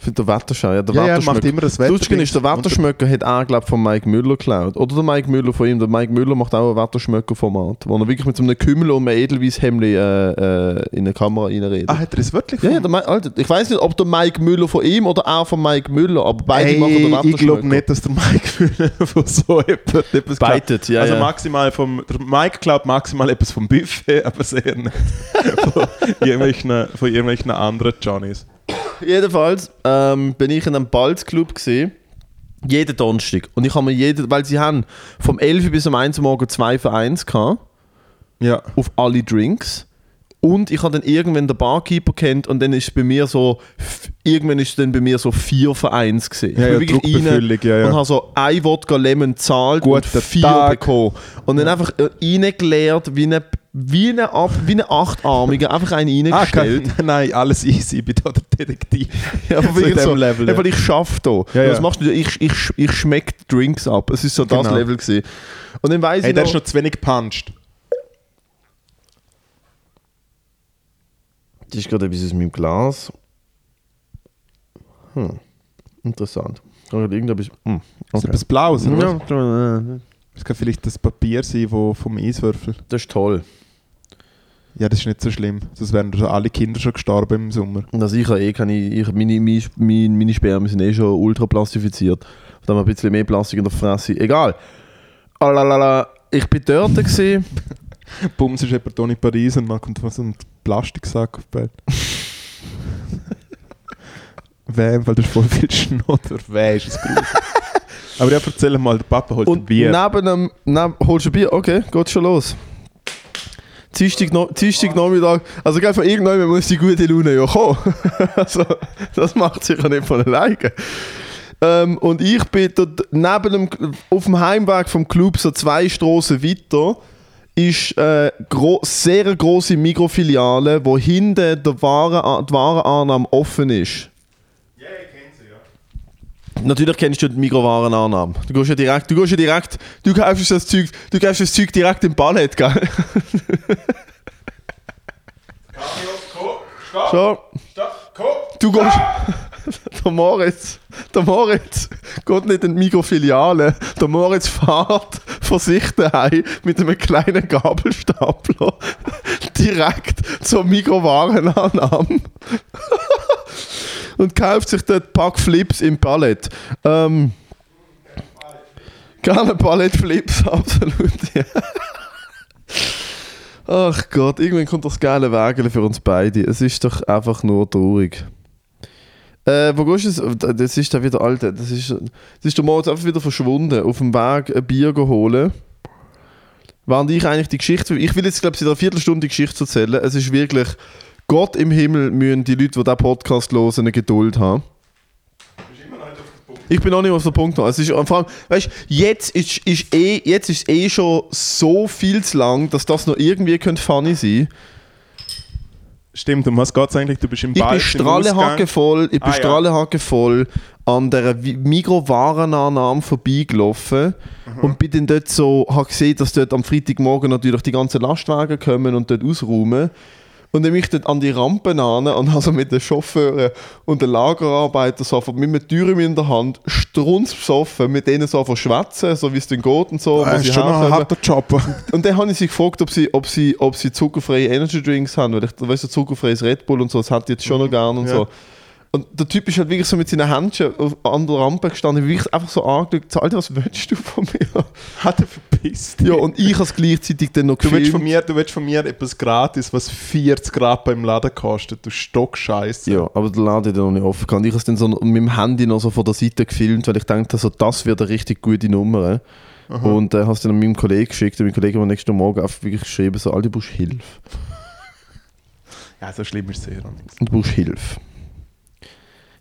S2: Für den Wetterschau, ja, der
S1: Ja, ja, macht
S2: Wetterschmöcker.
S1: immer das Wetter.
S2: Lustig ist, der Wetterschmöcker hat auch, glaube von Mike Müller geklaut. Oder der Mike Müller von ihm. Der Mike Müller macht auch ein Wetterschmöcker-Format, wo er wirklich mit so einem Kümmel und einem Edelweisshemdli äh, äh, in eine Kamera reinredet.
S1: Ah, hat er es wirklich
S2: Ja, ja, der Mike, Alter, ich weiß nicht, ob der Mike Müller von ihm oder auch von Mike Müller, aber beide
S1: Ey,
S2: machen den
S1: ich glaube
S2: Wetterschmöcker.
S1: nicht, dass der Mike <laughs> Müller von so etwas etwas glaubt.
S2: Beidet, ja,
S1: also
S2: ja.
S1: maximal vom, der Mike glaubt maximal etwas vom Buffet, <laughs> aber sehr nicht von, irgendwelchen, von irgendwelchen anderen Johnnies.
S2: Jedenfalls ähm, bin ich in einem Balzclub gesehen. Jeden Donnerstag. Und ich habe mir jeden, weil sie haben vom 11 Uhr bis um 1 Uhr morgen 2 für 1 gehabt,
S1: Ja.
S2: auf alle Drinks. Und ich habe dann irgendwann den Barkeeper kennt und dann ist es bei mir so, f- irgendwann ist es dann bei mir so 4 für 1 gesehen.
S1: Ja, ja,
S2: ich bin wirklich rein
S1: Druckbefüllung, ja, ja.
S2: und habe so ein Wodka Lemon zahlt und
S1: Guten
S2: 4
S1: Tag.
S2: bekommen. Und dann einfach äh, reingeleert, wie eine, wie eine, Ab- wie eine Achtarmige,
S1: <laughs>
S2: einfach einen
S1: Ah,
S2: reingestellt.
S1: kein, <laughs> nein, alles easy, ich bin da der <laughs> Detektiv.
S2: <laughs> Ja, aber
S1: So
S2: wirklich
S1: in dem
S2: so,
S1: Level,
S2: Ja,
S1: ja.
S2: weil ich schaffe da.
S1: Ja,
S2: Was
S1: ja.
S2: machst du? Ich, ich, ich schmecke die Drinks ab. Es ist so das
S1: Genau.
S2: Level gewesen. Und dann weiß
S1: Hey,
S2: ich
S1: der
S2: noch,
S1: ist noch zu wenig gepuncht.
S2: das ist gerade etwas aus meinem Glas. Hm. Interessant. Ich habe gerade Irgendetwas. Hm.
S1: Ist
S2: Okay.
S1: etwas Blaues, oder? was?
S2: Ja.
S1: Es kann vielleicht das Papier sein wo vom Eiswürfel.
S2: Das ist toll.
S1: Ja, das ist nicht so schlimm. Sonst wären schon alle Kinder schon gestorben im Sommer.
S2: Und Also ich habe eh keine, ich, meine, meine, meine, meine Spermien sind eh schon ultra plastifiziert. Da haben wir ein bisschen mehr Plastik in der Fresse. Egal. Alalala. Ich bin dort gewesen.
S1: Bums ist jemand hier in Paris und dann kommt was so ein Plastiksack auf <laughs> Bett. Wem, weil du voll viel Schnodder. Wer ist das gruselig. <laughs> Aber ja, erzähl mal, der Papa holt ein
S2: Und
S1: Bier.
S2: neben dem, neben, holst du ein Bier? Okay, geht schon los. Dienstag, no, Dienstag Nachmittag, also gell, von irgendjemandem muss die gute Laune ja kommen. <laughs> also, das macht sich ja nicht von alleine. Ähm, und ich bin dort neben dem, auf dem Heimweg vom Club so zwei Straßen weiter ist eine gro sehr große Mikrofiliale, wo hinten der Waren, die Warenannahme offen ist. Natürlich kennst du die Mikrowarenannahme. Du gehst ja direkt, du gehst ja direkt, du kaufst das Zeug, du kaufst das Zeug direkt im Ballett, gell? <laughs> So, du gehst. Der Moritz, der Moritz geht nicht in die Mikrofiliale. Der Moritz fährt von sich daheim mit einem kleinen Gabelstapler <laughs> direkt zur Mikrowarenannahme und kauft sich dort Pack Flips im Palett. Ähm, gerne Palett Flips, <laughs> absolut. Ja. Ach Gott, irgendwann kommt das geile Wägele für uns beide. Es ist doch einfach nur traurig. Äh, wo gehst du? jetzt? Das ist da wieder alte. Das ist, das ist der Moritz einfach wieder verschwunden. Auf dem Weg ein Bier geholt. Während ich eigentlich die Geschichte. Ich will jetzt, glaube ich, seit einer Viertelstunde die Geschichte erzählen. Es ist wirklich. Gott im Himmel müssen die Leute, die diesen Podcast hören, eine Geduld haben. Ich bin noch nicht auf den Punkt. gekommen. Es ist, und vor allem, weißt, jetzt ist, ist eh, jetzt ist eh schon so viel zu lang, dass das noch irgendwie könnte funny sein.
S1: Stimmt, um was geht es eigentlich? Du bist im
S2: Ich
S1: Ball.
S2: bin strahlehacke voll, ich bin
S1: Ah, ja.
S2: strahlehacke voll an der Migro-Warenannahme vorbeigelaufen
S1: Mhm.
S2: und bin dann dort so, habe gesehen, dass dort am Freitagmorgen natürlich die ganzen Lastwagen kommen und dort ausräumen. Und dann bin ich dort an die Rampen an und habe so mit den Chauffeuren und den Lagerarbeitern so einfach mit einem Türen in der Hand strunzbesoffen, mit denen so einfach schwätzen, so wie es denn geht und so. wo
S1: Das
S2: sie
S1: ist Ah, Äh, schon noch ein
S2: herkommen.
S1: harter Job.
S2: Und dann habe ich sie gefragt, ob sie, ob sie, ob sie zuckerfreie Energy Drinks haben, weil ich, weißt du, zuckerfreies Red Bull und so, das hat die jetzt schon noch gern und
S1: Ja.
S2: so. Und der Typ ist halt wirklich so mit seinen Händchen auf, an der Rampe gestanden, wirklich einfach so angeschaut, so, Alter, was willst du von
S1: <laughs>
S2: mir?
S1: <laughs> Hat er verpisst.
S2: ja, und ich habe es gleichzeitig dann noch
S1: Du willst, von
S2: gefilmt.
S1: mir, du willst von mir etwas gratis, was 40 Grad beim Laden kostet. Du Stockscheiße.
S2: Ja, aber der Laden hat ja noch nicht offen gehabt. Ich habe es dann so mit dem Handy noch so von der Seite gefilmt, weil ich dachte, so, das wird eine richtig gute Nummer. Und äh, habe es dann an meinem Kollegen geschickt und mein Kollege hat am nächsten Morgen einfach wirklich geschrieben, so, Alter, du brauchst Hilfe.
S1: ja so schlimm ist es eh noch nicht.
S2: und du brauchst Hilfe.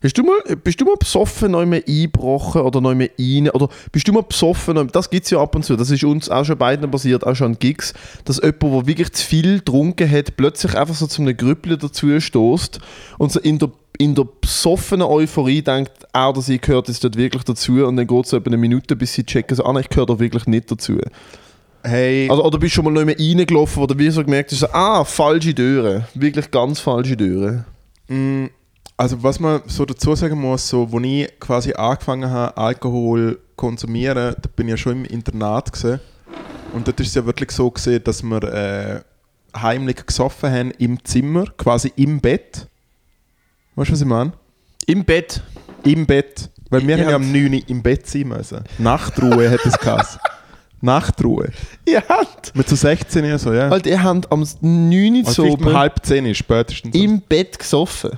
S2: Hast du mal, bist du mal besoffen neu eingebrochen oder neu rein? Oder bist du mal besoffen? neu- Das gibt es ja ab und zu. Das ist uns auch schon beiden passiert, auch schon an Gigs, dass jemand, der wirklich zu viel getrunken hat, plötzlich einfach so zu einem Grüppel dazu stoßt und so in der, in der besoffenen Euphorie denkt, auch dass ich gehört jetzt dort wirklich dazu. Und dann geht es so etwa eine Minute, bis sie checken, so, ah, nein, ich gehöre da wirklich nicht dazu.
S1: Hey,
S2: Also, oder bist du schon mal neu reingelaufen, wo du wie so gemerkt hast, so, ah, falsche Türen. Wirklich ganz falsche Türen.
S1: Mm, Also was man so dazu sagen muss, so, wo ich quasi angefangen habe, Alkohol konsumieren, da bin ich ja schon im Internat gewesen. Und dort ist es ja wirklich so gesehen, dass wir äh, heimlich gesoffen haben im Zimmer, quasi im Bett. Weißt du, was ich meine?
S2: Im Bett.
S1: Im Bett. Weil wir
S2: Ich
S1: haben ja
S2: hab's-
S1: am 9 Uhr im Bett sein müssen. Nachtruhe hat es
S2: <laughs>
S1: geheißen. Nachtruhe.
S2: Ihr habt.
S1: Mit so 16 Jahren so, ja.
S2: Alter, ihr habt am 9.
S1: Also vielleicht um
S2: Uhr
S1: halb 10 Uhr spätestens.
S2: im Bett gesoffen.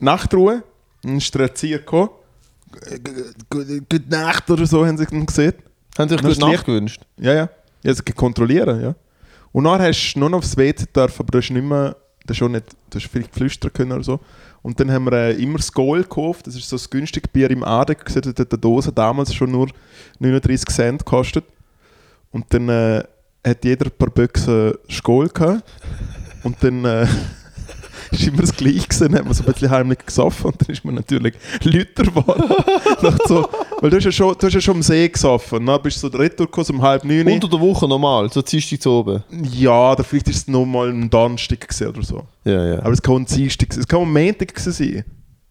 S1: Nachtruhe, ein Strazier gekommen. G- g- g- Gute Nacht oder so haben sie dann gesehen.
S2: Haben sich
S1: Na,
S2: gute
S1: schlecht.
S2: Nacht gewünscht.
S1: Ja, ja. Jetzt kontrollieren, ja. Und dann hast du nur noch aufs WC dürfen, aber du hast nicht mehr, du hast, auch nicht, du hast vielleicht flüstern können oder so. Und dann haben wir äh, immer das Goal gekauft, das ist so das günstige Bier im Aden, das hat eine Dose damals schon nur 39 Cent gekostet. Und dann äh, hat jeder per Büchse das Goal gehabt. Und dann äh, <laughs> ist immer das Gleiche gewesen, hat man so ein bisschen heimlich gesoffen und dann ist man natürlich lüter geworden. <laughs> Nach so, weil du hast, ja schon, du hast ja schon am See gesoffen, und dann bist du so retour gekommen, so um halb neun.
S2: Unter der Woche normal, so Dienstag zu oben.
S1: Ja, oder vielleicht ist es noch mal ein Donnerstag gewesen oder so.
S2: Ja, ja.
S1: Aber es kann ein Dienstag sein. Es kann auch ein Montag gewesen sein.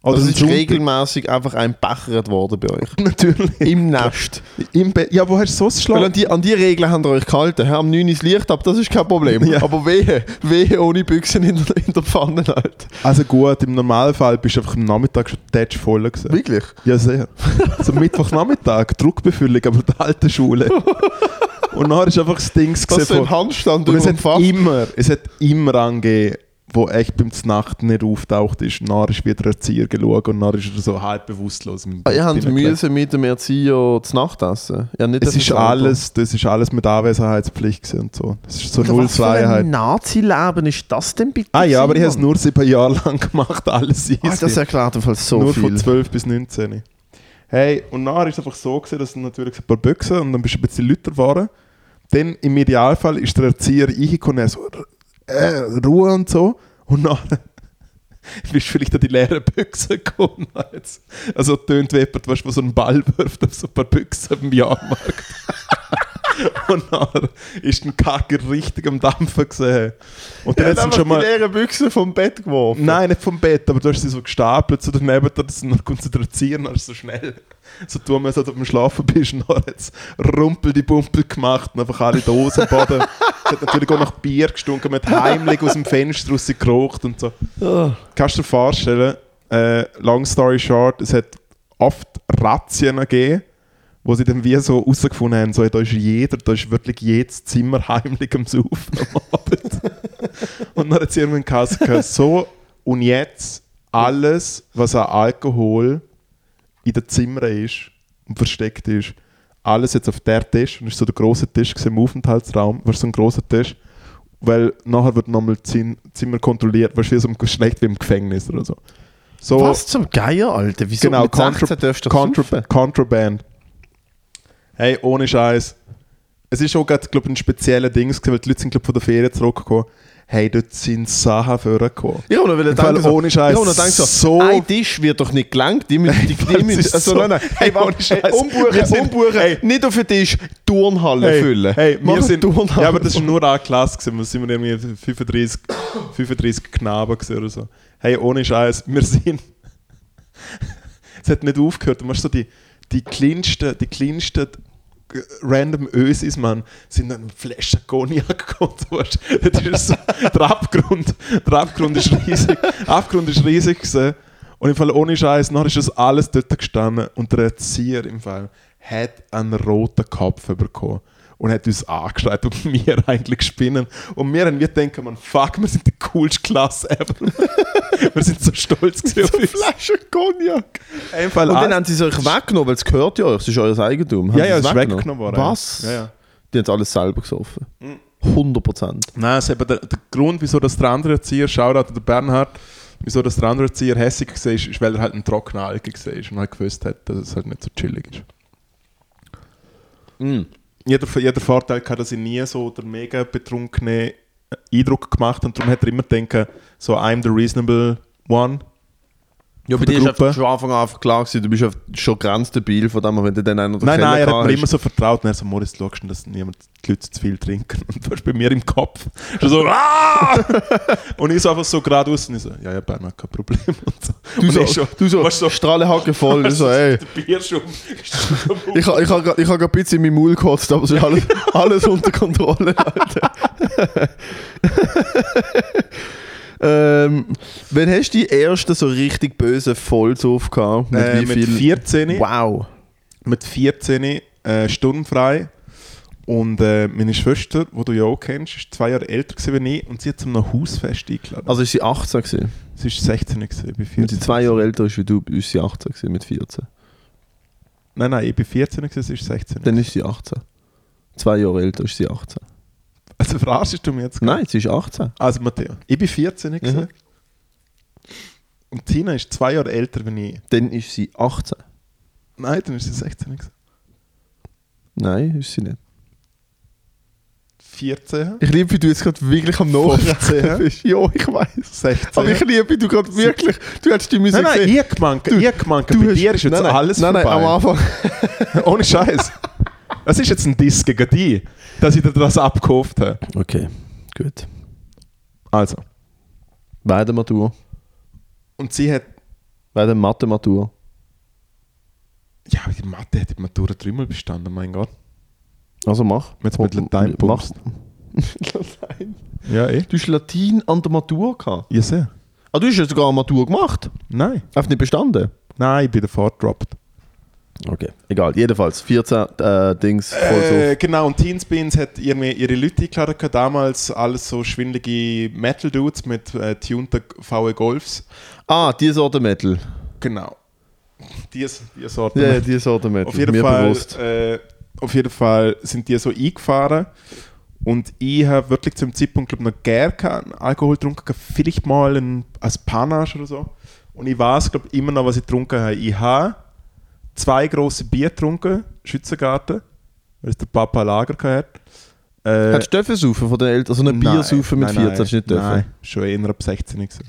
S1: Oder
S2: also
S1: ein
S2: es ist
S1: Sonntag.
S2: regelmäßig einfach ein Becheret worden bei
S1: <laughs>
S2: euch.
S1: Natürlich.
S2: Im Nest.
S1: Im Bett. Ja, wo hast du sonst
S2: Weil an
S1: geschlafen?
S2: die, an die Regeln habt ihr euch gehalten. Hä, Am 9 Uhr das Licht ab, das ist kein Problem.
S1: Ja.
S2: Aber wehe, wehe ohne Büchsen in der, in der Pfanne halt.
S1: Also gut, im Normalfall bist du einfach am Nachmittag schon tätsch voll gewesen.
S2: Wirklich?
S1: Ja, sehr. Zum Mittwochnachmittag, <laughs> Druckbefüllung, aber der alten
S2: <laughs>
S1: Schule. Und nachher ist einfach das Ding
S2: Dass du
S1: von-
S2: im Handstand
S1: Und
S2: über
S1: es
S2: dem
S1: hat
S2: Fach.
S1: immer, es hat immer angegeben, wo echt beim Znacht nicht auftaucht ist. Nachher ist wieder ein Erzieher geschaut und nachher ist er so halb bewusstlos. Im
S2: Ah, Ihr habt
S1: Bett
S2: Mühe mit dem Erzieher zu Nacht essen. Ihr habt nicht
S1: Es
S2: dürfen
S1: ist
S2: zu Abend-
S1: alles, das ist alles mit Anwesenheitspflicht gewesen und so. Das ist so
S2: Alter,
S1: null
S2: Also, was für ein
S1: Freiheit.
S2: Nazi-Leben ist das denn bitte?
S1: Ah ja, aber ich habe es
S2: Simon?
S1: nur sieben Jahre lang gemacht, alles easy.
S2: Ah, das erklärt im Fall so
S1: nur
S2: viel.
S1: von 12 bis 19. Hey, und nachher ist es einfach so gewesen, dass natürlich ein paar Büchsen und dann bist du ein bisschen lüter geworden. Dann im Idealfall ist der Erzieher reingekommen und er so äh, Ruhe und so. Und nachher <laughs> bist du vielleicht an die leeren Büchsen gekommen. Jetzt. Also tönt wie jemand, weißt, du, der so einen Ball wirft auf so ein paar Büchsen im Jahrmarkt. <laughs> und nachher ist ein Kacker richtig am Dampfen gesehen. Und
S2: Ihr
S1: dann hat
S2: habt
S1: es
S2: einfach
S1: ihn schon mal...
S2: die leeren Büchsen vom Bett geworfen.
S1: Nein, nicht vom Bett, aber du hast sie so gestapelt, so daneben, dass sie noch konzentrieren, dann ist es so schnell. So tun wir es, als ob du am Schlafen bist, und dann hat es rumpel die Bumpel gemacht und einfach alle Dosen am Boden. es hat natürlich auch nach Bier gestunken, man hat heimlich aus dem Fenster raus geraucht und so.
S2: Ah.
S1: Kannst du dir vorstellen, äh, long story short, es hat oft Razzien gegeben, wo sie dann wie so herausgefunden haben, so, da ist jeder, da ist wirklich jedes Zimmer <laughs> heimlich am Saufen am Abend. und dann hat sie irgendwann Kasse gehört, so und jetzt alles, was an Alkohol in den Zimmern ist und versteckt ist, alles jetzt auf der Tisch, und es ist so der große Tisch gewesen, im Aufenthaltsraum, war so ein großer Tisch, weil nachher wird nochmal Zin- Zimmer kontrolliert, weißt du, wie so im- schlecht wie im Gefängnis oder so. so
S2: Was zum Geier, Alter? Wieso
S1: Genau,
S2: mit
S1: Contra-
S2: 16 darfst du doch
S1: Contra
S2: saufen?
S1: Contraband. Hey, ohne Scheiß. Es ist auch gerade, glaube ein spezielles Ding, gewesen, weil die Leute sind, glaub, von der Ferien zurückgekommen. Hey, dort sind Sachen vorgekommen.
S2: Ich habe noch
S1: Im Fall
S2: gedacht, so,
S1: ohne
S2: ich hab
S1: Scheiß,
S2: noch gedacht, so,
S1: so-
S2: ein Tisch wird doch nicht gelangt. Die müssen,
S1: <laughs>
S2: die, die
S1: das
S2: müssen,
S1: ist
S2: also,
S1: so-
S2: nein, nein,
S1: Hey,
S2: hey, warte,
S1: ohne Scheiß.
S2: hey, umbuchen,
S1: Wir sind-
S2: umbuchen,
S1: hey.
S2: nicht auf den Tisch, Turnhalle
S1: hey,
S2: füllen.
S1: Hey, wir
S2: Mach eine
S1: sind,
S2: Turnhalle.
S1: ja, aber das war nur eine Klasse. Gewesen. Wir sind irgendwie 35, 35 Knaben gewesen oder so. Hey, ohne Scheiß, wir sind. es hat nicht aufgehört. Du machst so die, die kleinsten, die kleinsten g- random Ösis, Mann, sind dann Flaschen Cognac <laughs> gekommen. so, weißt du. Das ist so, der Abgrund, der Abgrund ist riesig. Der Abgrund ist riesig gewesen. Und im Fall ohne Scheiß, nachher ist das alles dort gestanden und der Erzieher im Fall hat einen roten Kopf bekommen und hat uns angeschreit, ob wir <laughs> eigentlich spinnen. Und wir haben wir denken, man, fuck, wir sind die coolste Klasse ever. <laughs> wir sind so stolz gewesen auf
S2: eine
S1: uns.
S2: Flasche Cognac.
S1: Im Fall ah,
S2: Und
S1: ein-
S2: dann haben sie es euch weggenommen, weil es gehört ja euch, es ist euer Eigentum. Haben
S1: Ja,
S2: sie
S1: ja, es ist weggenommen worden.
S2: Was?
S1: Ja, ja.
S2: Die haben es alles selber gesoffen. Mhm. 100%.
S1: Nein, es ist eben der, der Grund, wieso das der andere Erzieher, Shoutout an den Bernhard, wieso das der andere Erzieher hässig war, ist, ist, weil er halt ein trockener Alge war und halt gewusst hat, dass es halt nicht so chillig ist.
S2: Mm.
S1: Jeder, jeder Vorteil hatte, dass ich nie so der mega betrunkene Eindruck gemacht habe. und darum hat er immer denken, so I'm the reasonable one.
S2: Ja, bei
S1: der
S2: dir ist
S1: Gruppe.
S2: einfach schon Anfang an einfach klar gewesen, du bist einfach schon grenzdebil, von dem, her, wenn du dann einen oder
S1: Nein, nein, er
S2: kennen
S1: hat mir
S2: kannst.
S1: immer so vertraut. Und er so, Moritz, schaust du, dass niemand die Leute zu viel trinken. <laughs> Und du hast bei mir im Kopf schon
S2: <laughs>
S1: so, ah! Und ich so einfach so geradeaus und ich so, ja, ja, Bern hat kein Problem. <laughs> Und so.
S2: Du
S1: und
S2: so,
S1: ich schon,
S2: du so,
S1: weißt du, so- <laughs>
S2: Strahlenhacke <laughs> voll. so, ey,
S1: der Bier schon.
S2: ich habe ich ha, grad- ich ha grad ein bisschen in meinen Maul gekotzt, aber es
S1: <laughs>
S2: ist alles, alles unter Kontrolle, Alter. <laughs> ähm, wann hast du die erste so richtig böse Vollsuff gehabt? Mit
S1: äh, mit 14,
S2: Wow.
S1: mit 14 äh, sturmfrei. Und äh, meine Schwester, die du ja auch kennst, ist zwei Jahre älter gewesen als ich und sie hat zu einem Hausfest eingeladen.
S2: Also ist sie 18 gewesen?
S1: sie ist 16 gewesen, ich bin
S2: Wenn sie
S1: 14.
S2: zwei Jahre älter ist wie du, ist sie 18 gewesen mit 14.
S1: Nein, nein, ich bin 14 gewesen, sie ist 16.
S2: Dann ist sie 18. Zwei Jahre älter ist sie 18.
S1: also verarschst du mich jetzt?
S2: Nein, sie ist 18.
S1: Also Matteo, ich bin 14 gewesen.
S2: Mhm.
S1: Und Tina ist zwei Jahre älter als ich.
S2: Dann ist sie 18.
S1: Nein, dann ist sie 16 gewesen.
S2: Nein, ist sie nicht.
S1: 14,
S2: Ich liebe, wie du jetzt gerade wirklich am Nachrechnen
S1: 15.
S2: bist. Ja, ich weiß.
S1: 16.
S2: Aber ich liebe, wie du gerade wirklich. Du hättest die Musik
S1: nein, nein,
S2: gesehen.
S1: ich gemeint,
S2: Du-
S1: ich gemeint, bei
S2: du hast-
S1: dir ist jetzt
S2: nein, nein,
S1: alles
S2: Nein, nein, am
S1: vorbei.
S2: Anfang.
S1: <laughs> Ohne Scheiß. Das ist jetzt ein Diss gegen dich, dass ich dir das abgekauft habe.
S2: Okay, gut.
S1: Also.
S2: Weiter Matur.
S1: Und sie hat,
S2: Weiter Mathe Matur.
S1: ja, die Mathe hat die Matura dreimal bestanden, mein Gott.
S2: Also mach.
S1: Jetzt mit Latein
S2: Mach.
S1: pumpst.
S2: <laughs> Latein.
S1: Ja, eh.
S2: Du hast Latein an der Matur gehabt.
S1: Ja, sehr.
S2: Ah, du hast ja sogar eine Matur gemacht.
S1: Nein.
S2: Einfach nicht bestanden.
S1: Nein, ich bin davor gedroppt.
S2: Okay, egal. Jedenfalls, 14 äh, Dings voll
S1: Äh, genau, und Teen Spins hat irgendwie ihre Leute eingeladen, gehabt, damals alles so schwindelige Metal-Dudes mit äh, tunten VW Golfs.
S2: so. Ah, die Sorte Metal.
S1: Genau. Die, die Sorte.
S2: Ja, ja, die Sorte Metal.
S1: auf, jeden
S2: Mir
S1: Fall,
S2: bewusst.
S1: äh, auf jeden Fall sind die so eingefahren und ich habe wirklich zum Zeitpunkt glaub, noch gern keinen Alkohol getrunken, gehabt, vielleicht mal ein, als Panache oder so. Und ich weiß glaube immer noch, was ich getrunken habe. Ich habe zwei große Bier getrunken, Schützengarten, weil es der Papa Lager gehabt hat. Äh,
S2: Hättest du dürfen saufen von den Eltern? Also So eine
S1: nein,
S2: Biersaufen mit
S1: nein,
S2: 14 hättest du nicht dürfen?
S1: Nein, schon eher ab 16 gewesen.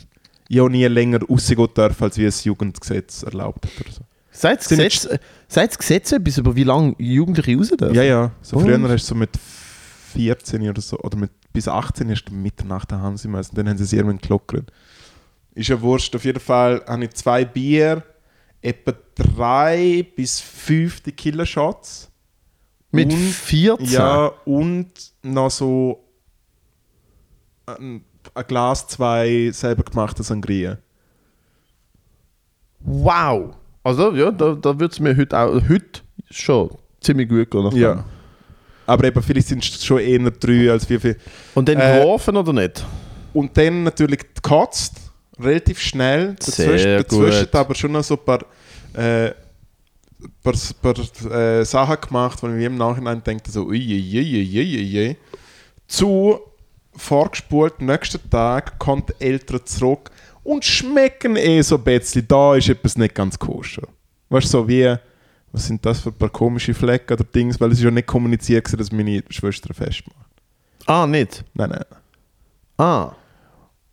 S1: Ich habe nie länger rausgehen dürfen, als wie das Jugendgesetz erlaubt hat oder so.
S2: Seit das
S1: Sind
S2: Gesetz, äh, sagt das Gesetz etwas, über wie lange Jugendliche raus dürfen?
S1: Ja, ja. Also, So
S2: Und?
S1: früher hast du so mit 14 oder so, oder mit, bis 18 hast du Mitternacht daheim sein müssen. Dann haben sie es irgendwann gelockert. Ist ja wurscht. Auf jeden Fall habe ich zwei Bier, etwa drei bis fünf Tequila Shots.
S2: Mit
S1: Und-
S2: 14?
S1: Ja, und noch so ein, ein Glas, zwei selber gemachte Sangria.
S2: Wow! Also ja, da, da würde es mir heute auch, heute schon ziemlich gut gehen. nach dem.
S1: Ja. Aber eben, vielleicht sind es schon eher drei als vier, vier.
S2: Und dann
S1: Äh,
S2: geworfen oder nicht?
S1: Und dann natürlich gekotzt, relativ schnell. Dazwischen,
S2: Sehr
S1: dazwischen
S2: gut.
S1: aber schon noch so ein paar, äh, paar, paar äh, Sachen gemacht, wo ich mir im Nachhinein denke, so ui, ui, ui, ui, ui, ui. Zu vorgespult, nächsten Tag kommt die Eltern zurück und schmecken eh so ein bisschen. Da ist etwas nicht ganz koscher. Weißt du, so wie, was sind das für ein paar komische Flecken oder Dings, weil es ist ja nicht kommuniziert, gewesen, dass meine Schwester festmacht.
S2: Ah, nicht?
S1: Nein, nein.
S2: Ah.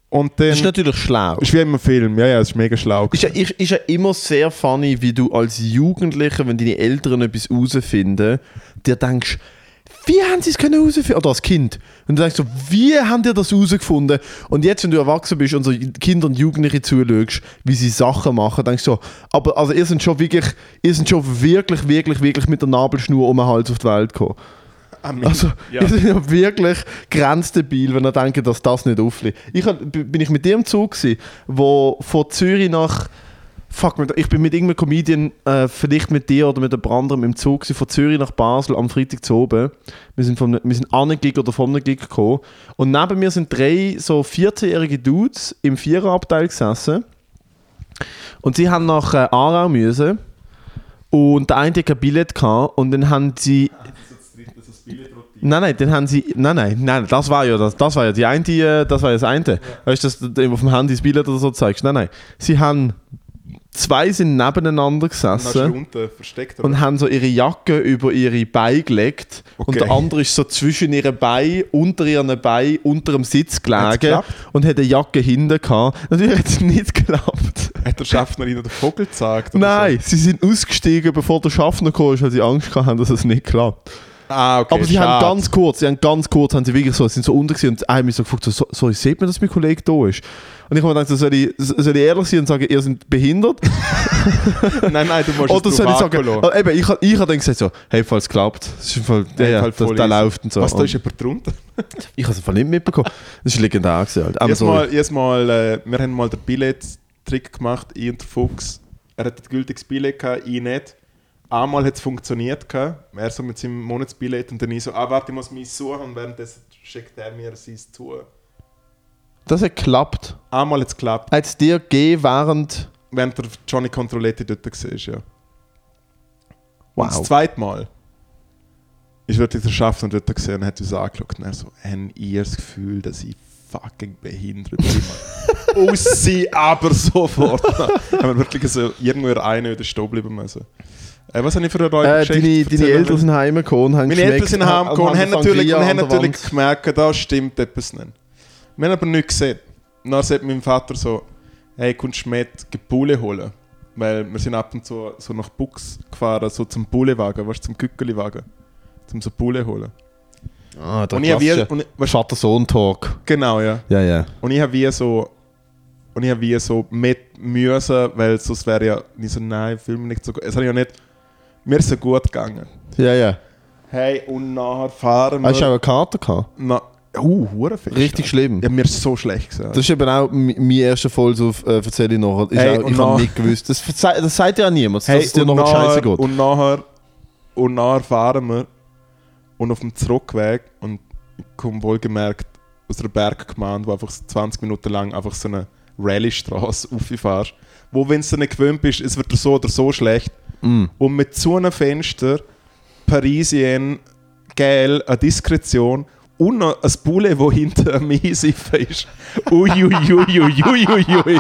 S1: Und dann,
S2: Das ist natürlich schlau.
S1: Ist wie im Film, ja, ja, es ist mega schlau.
S2: Ist ja, ist, ist ja immer sehr funny, wie du als Jugendlicher, wenn deine Eltern etwas herausfinden, dir denkst, wie haben sie es können herausfinden? Oder als Kind. Und du denkst so, wie haben die das herausgefunden? Und jetzt, wenn du erwachsen bist und so Kinder und Jugendliche zuschaust, wie sie Sachen machen, denkst du so, aber also ihr sind schon wirklich, ihr sind schon wirklich, wirklich, wirklich mit der Nabelschnur um den Hals auf die Welt gekommen.
S1: Amen.
S2: Also,
S1: Ah, Ja.
S2: ich bin ja wirklich grenzdebil, wenn er denkt, dass das nicht auffliegt. Ich hab, b- bin ich mit dem Zug gewesen, wo von Zürich nach Fuck, mit- ich bin mit irgendeinem Comedian, äh, vielleicht mit dir oder mit jemand anderem im Zug gewesen, von Zürich nach Basel am Freitag zu oben. Wir sind, vom, wir sind an einen Gig oder von einem Gig gekommen. Und neben mir sind drei so 14-jährige Dudes im Viererabteil gesessen. Und sie haben nach äh, Aarau müssen. Und der eine hatte kein Billett gehabt. Und dann haben sie
S1: Ah,
S2: Nein, nein, dann haben sie. Nein, nein, nein, das war ja das, das war ja die eine, äh, das war ja das eine. Weißt du, dass du dem auf dem Handy das Billett oder so zeigst? Nein, nein. Sie haben zwei sind nebeneinander gesessen
S1: unten versteckt.
S2: und haben so ihre Jacke über ihre Beine gelegt. Und
S1: Okay.
S2: der andere ist so zwischen ihren Beinen, unter ihren Beinen, unter dem Sitz
S1: Hat's
S2: gelegen
S1: geklappt?
S2: und hat eine Jacke hinten gehabt. Natürlich hat es nicht geklappt.
S1: Hat der Schaffner ihnen den Vogel gezeigt? oder
S2: Nein, sie sind ausgestiegen, bevor der Schaffner kam, weil sie Angst hatten, dass es nicht klappt.
S1: So? Ah, okay.
S2: Aber sie haben
S1: schade.
S2: ganz kurz, sie haben ganz kurz, haben sie wirklich so, sind so unter gewesen und haben mich so gefragt, so, so, sorry, sieht man, dass mein Kollege da ist? Und ich habe mir gedacht, so, soll ich, soll ich ehrlich sein und sagen, ihr
S1: <laughs>
S2: seid behindert?
S1: Nein, nein, du musst
S2: Oder
S1: es
S2: Oh, soll ich
S1: drauf
S2: sagen,
S1: ankommen lassen.
S2: also, eben, ich, hab- ich habe dann gesagt so, hey, falls es klappt, das ist im Fall, ja,
S1: im
S2: ja,
S1: Fall
S2: das,
S1: halt voll
S2: der
S1: easy.
S2: läuft und so.
S1: Was, da
S2: Und
S1: ist jemand drunter?
S2: ich habe es im Fall nicht mitbekommen. Das ist legendär gewesen, halt. Aber
S1: Jedes
S2: sorry.
S1: Mal, jedes Mal, äh, wir haben mal den Billett-Trick gemacht, ich und der Fuchs. Er hat ein gültiges Billett, gehabt, ich nicht. Einmal hat es funktioniert, gehabt. er so mit seinem Monatsbillett und dann ich so, ah warte, ich muss mich suchen und währenddessen schickt er mir sein zu.
S2: Das hat geklappt.
S1: Einmal hat es geklappt,
S2: Hat es dir gegeben während...
S1: während der Johnny Controletti dort war, ja. Und das
S2: Wow.
S1: zweite Mal ist wirklich der Schaffner dort gesehen und hat uns angeschaut und er so, habt ihr das Gefühl, dass ich fucking behindert
S2: <laughs>
S1: bin? Aussie, aber sofort. <laughs> haben wir wirklich so irgendwo einen oder stehen bleiben müssen. Äh, was habe ich für eine
S2: Äh,
S1: Geschichte
S2: deine, deine
S1: erzählen
S2: Eltern
S1: wollen?
S2: sind heimgekommen und haben Ah,
S1: Meine Eltern sind heimgekommen und haben natürlich, und haben natürlich gemerkt, da stimmt etwas nicht. Wir haben aber nichts gesehen. Und dann sagt mein Vater so, hey, kommst du mit, geh Pulle holen? Weil wir sind ab und zu so nach Buchs gefahren, so zum Pullewagen, weißt du, zum Kückeliwagen. Zum so Pulle holen.
S2: Ah,
S1: Und ich, hab wie, und, ich- weißt,
S2: Vater-Sohn-Talk.
S1: genau, ja.
S2: Ja, ja.
S1: Und ich habe wie so. Und ich habe wie so mit müssen, weil sonst wäre ja nicht so, nein, Film nicht so gut. Es hat ja nicht. Mir ist so gut gegangen.
S2: Ja, ja.
S1: Hey, und nachher fahren
S2: Hast du Ah, auch eine Karte gehabt?
S1: Na, uh, Hurenfest.
S2: Richtig schlimm.
S1: Ja, mir ist so schlecht gesagt.
S2: Das ist eben auch mi- mein erster Fall, so äh, erzähle ich nachher. Ist
S1: Hey,
S2: auch,
S1: und
S2: ich habe
S1: nach-
S2: nicht gewusst. Das, verzei- das sagt ja niemand, dass es dir
S1: und
S2: noch
S1: nachher-
S2: scheiße geht.
S1: Und nachher, und nachher fahren wir und auf dem Zurückweg und ich komme wohlgemerkt aus einer Berggemeinde, wo einfach 20 Minuten lang einfach so eine Rallye-Straße <laughs> rauffährst, wo, wenn du nicht gewöhnt bist, es wird dir so oder so schlecht.
S2: Mm.
S1: Und mit so einem Fenster, Parisien, geil, eine Diskretion und noch ein Bulle, wo hinter am Einsiffen ist.
S2: <laughs>
S1: Uiuiuiuiuiui,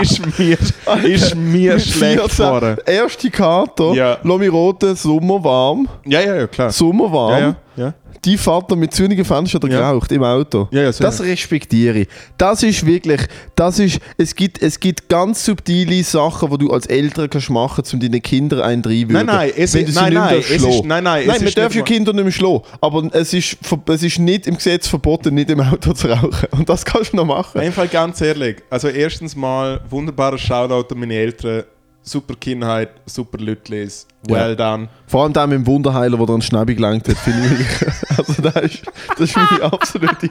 S1: ist mir, ist mir
S2: Mit
S1: schlecht
S2: 14
S1: gefahren.
S2: Erste Karte,
S1: Ja.
S2: Lass mich roten, Sommer warm.
S1: Ja, ja, ja, klar.
S2: Sommer warm.
S1: ja, ja, ja.
S2: Die Vater mit zünnigen Fenstern
S1: Ja.
S2: geraucht im Auto.
S1: Ja, ja, sehr.
S2: das respektiere ich. Das ist wirklich, das ist, es gibt, es gibt ganz subtile Sachen, die du als Eltern kannst machen, um deinen Kindern einen reinwürgen.
S1: Nein, nein, es
S2: wenn
S1: ist-
S2: du sie
S1: nein,
S2: nicht mehr
S1: nein,
S2: darfst
S1: es ist-
S2: schlagen.
S1: nein, nein, es
S2: nein, man
S1: ist
S2: darf
S1: nicht
S2: ja
S1: mal-
S2: Kinder nicht mehr schlagen, aber es ist, ver- es ist nicht im Gesetz verboten, nicht im Auto zu rauchen. Und das kannst du noch machen.
S1: Auf jeden Fall ganz ehrlich. Also erstens mal wunderbarer Shoutout an meine Eltern. Super Kindheit, super Lütlis. Well done.
S2: Vor allem der mit dem Wunderheiler, der dann Schnäbi gelangt hat, finde ich. <laughs> wirklich- Also das ist, das ist meine absolute,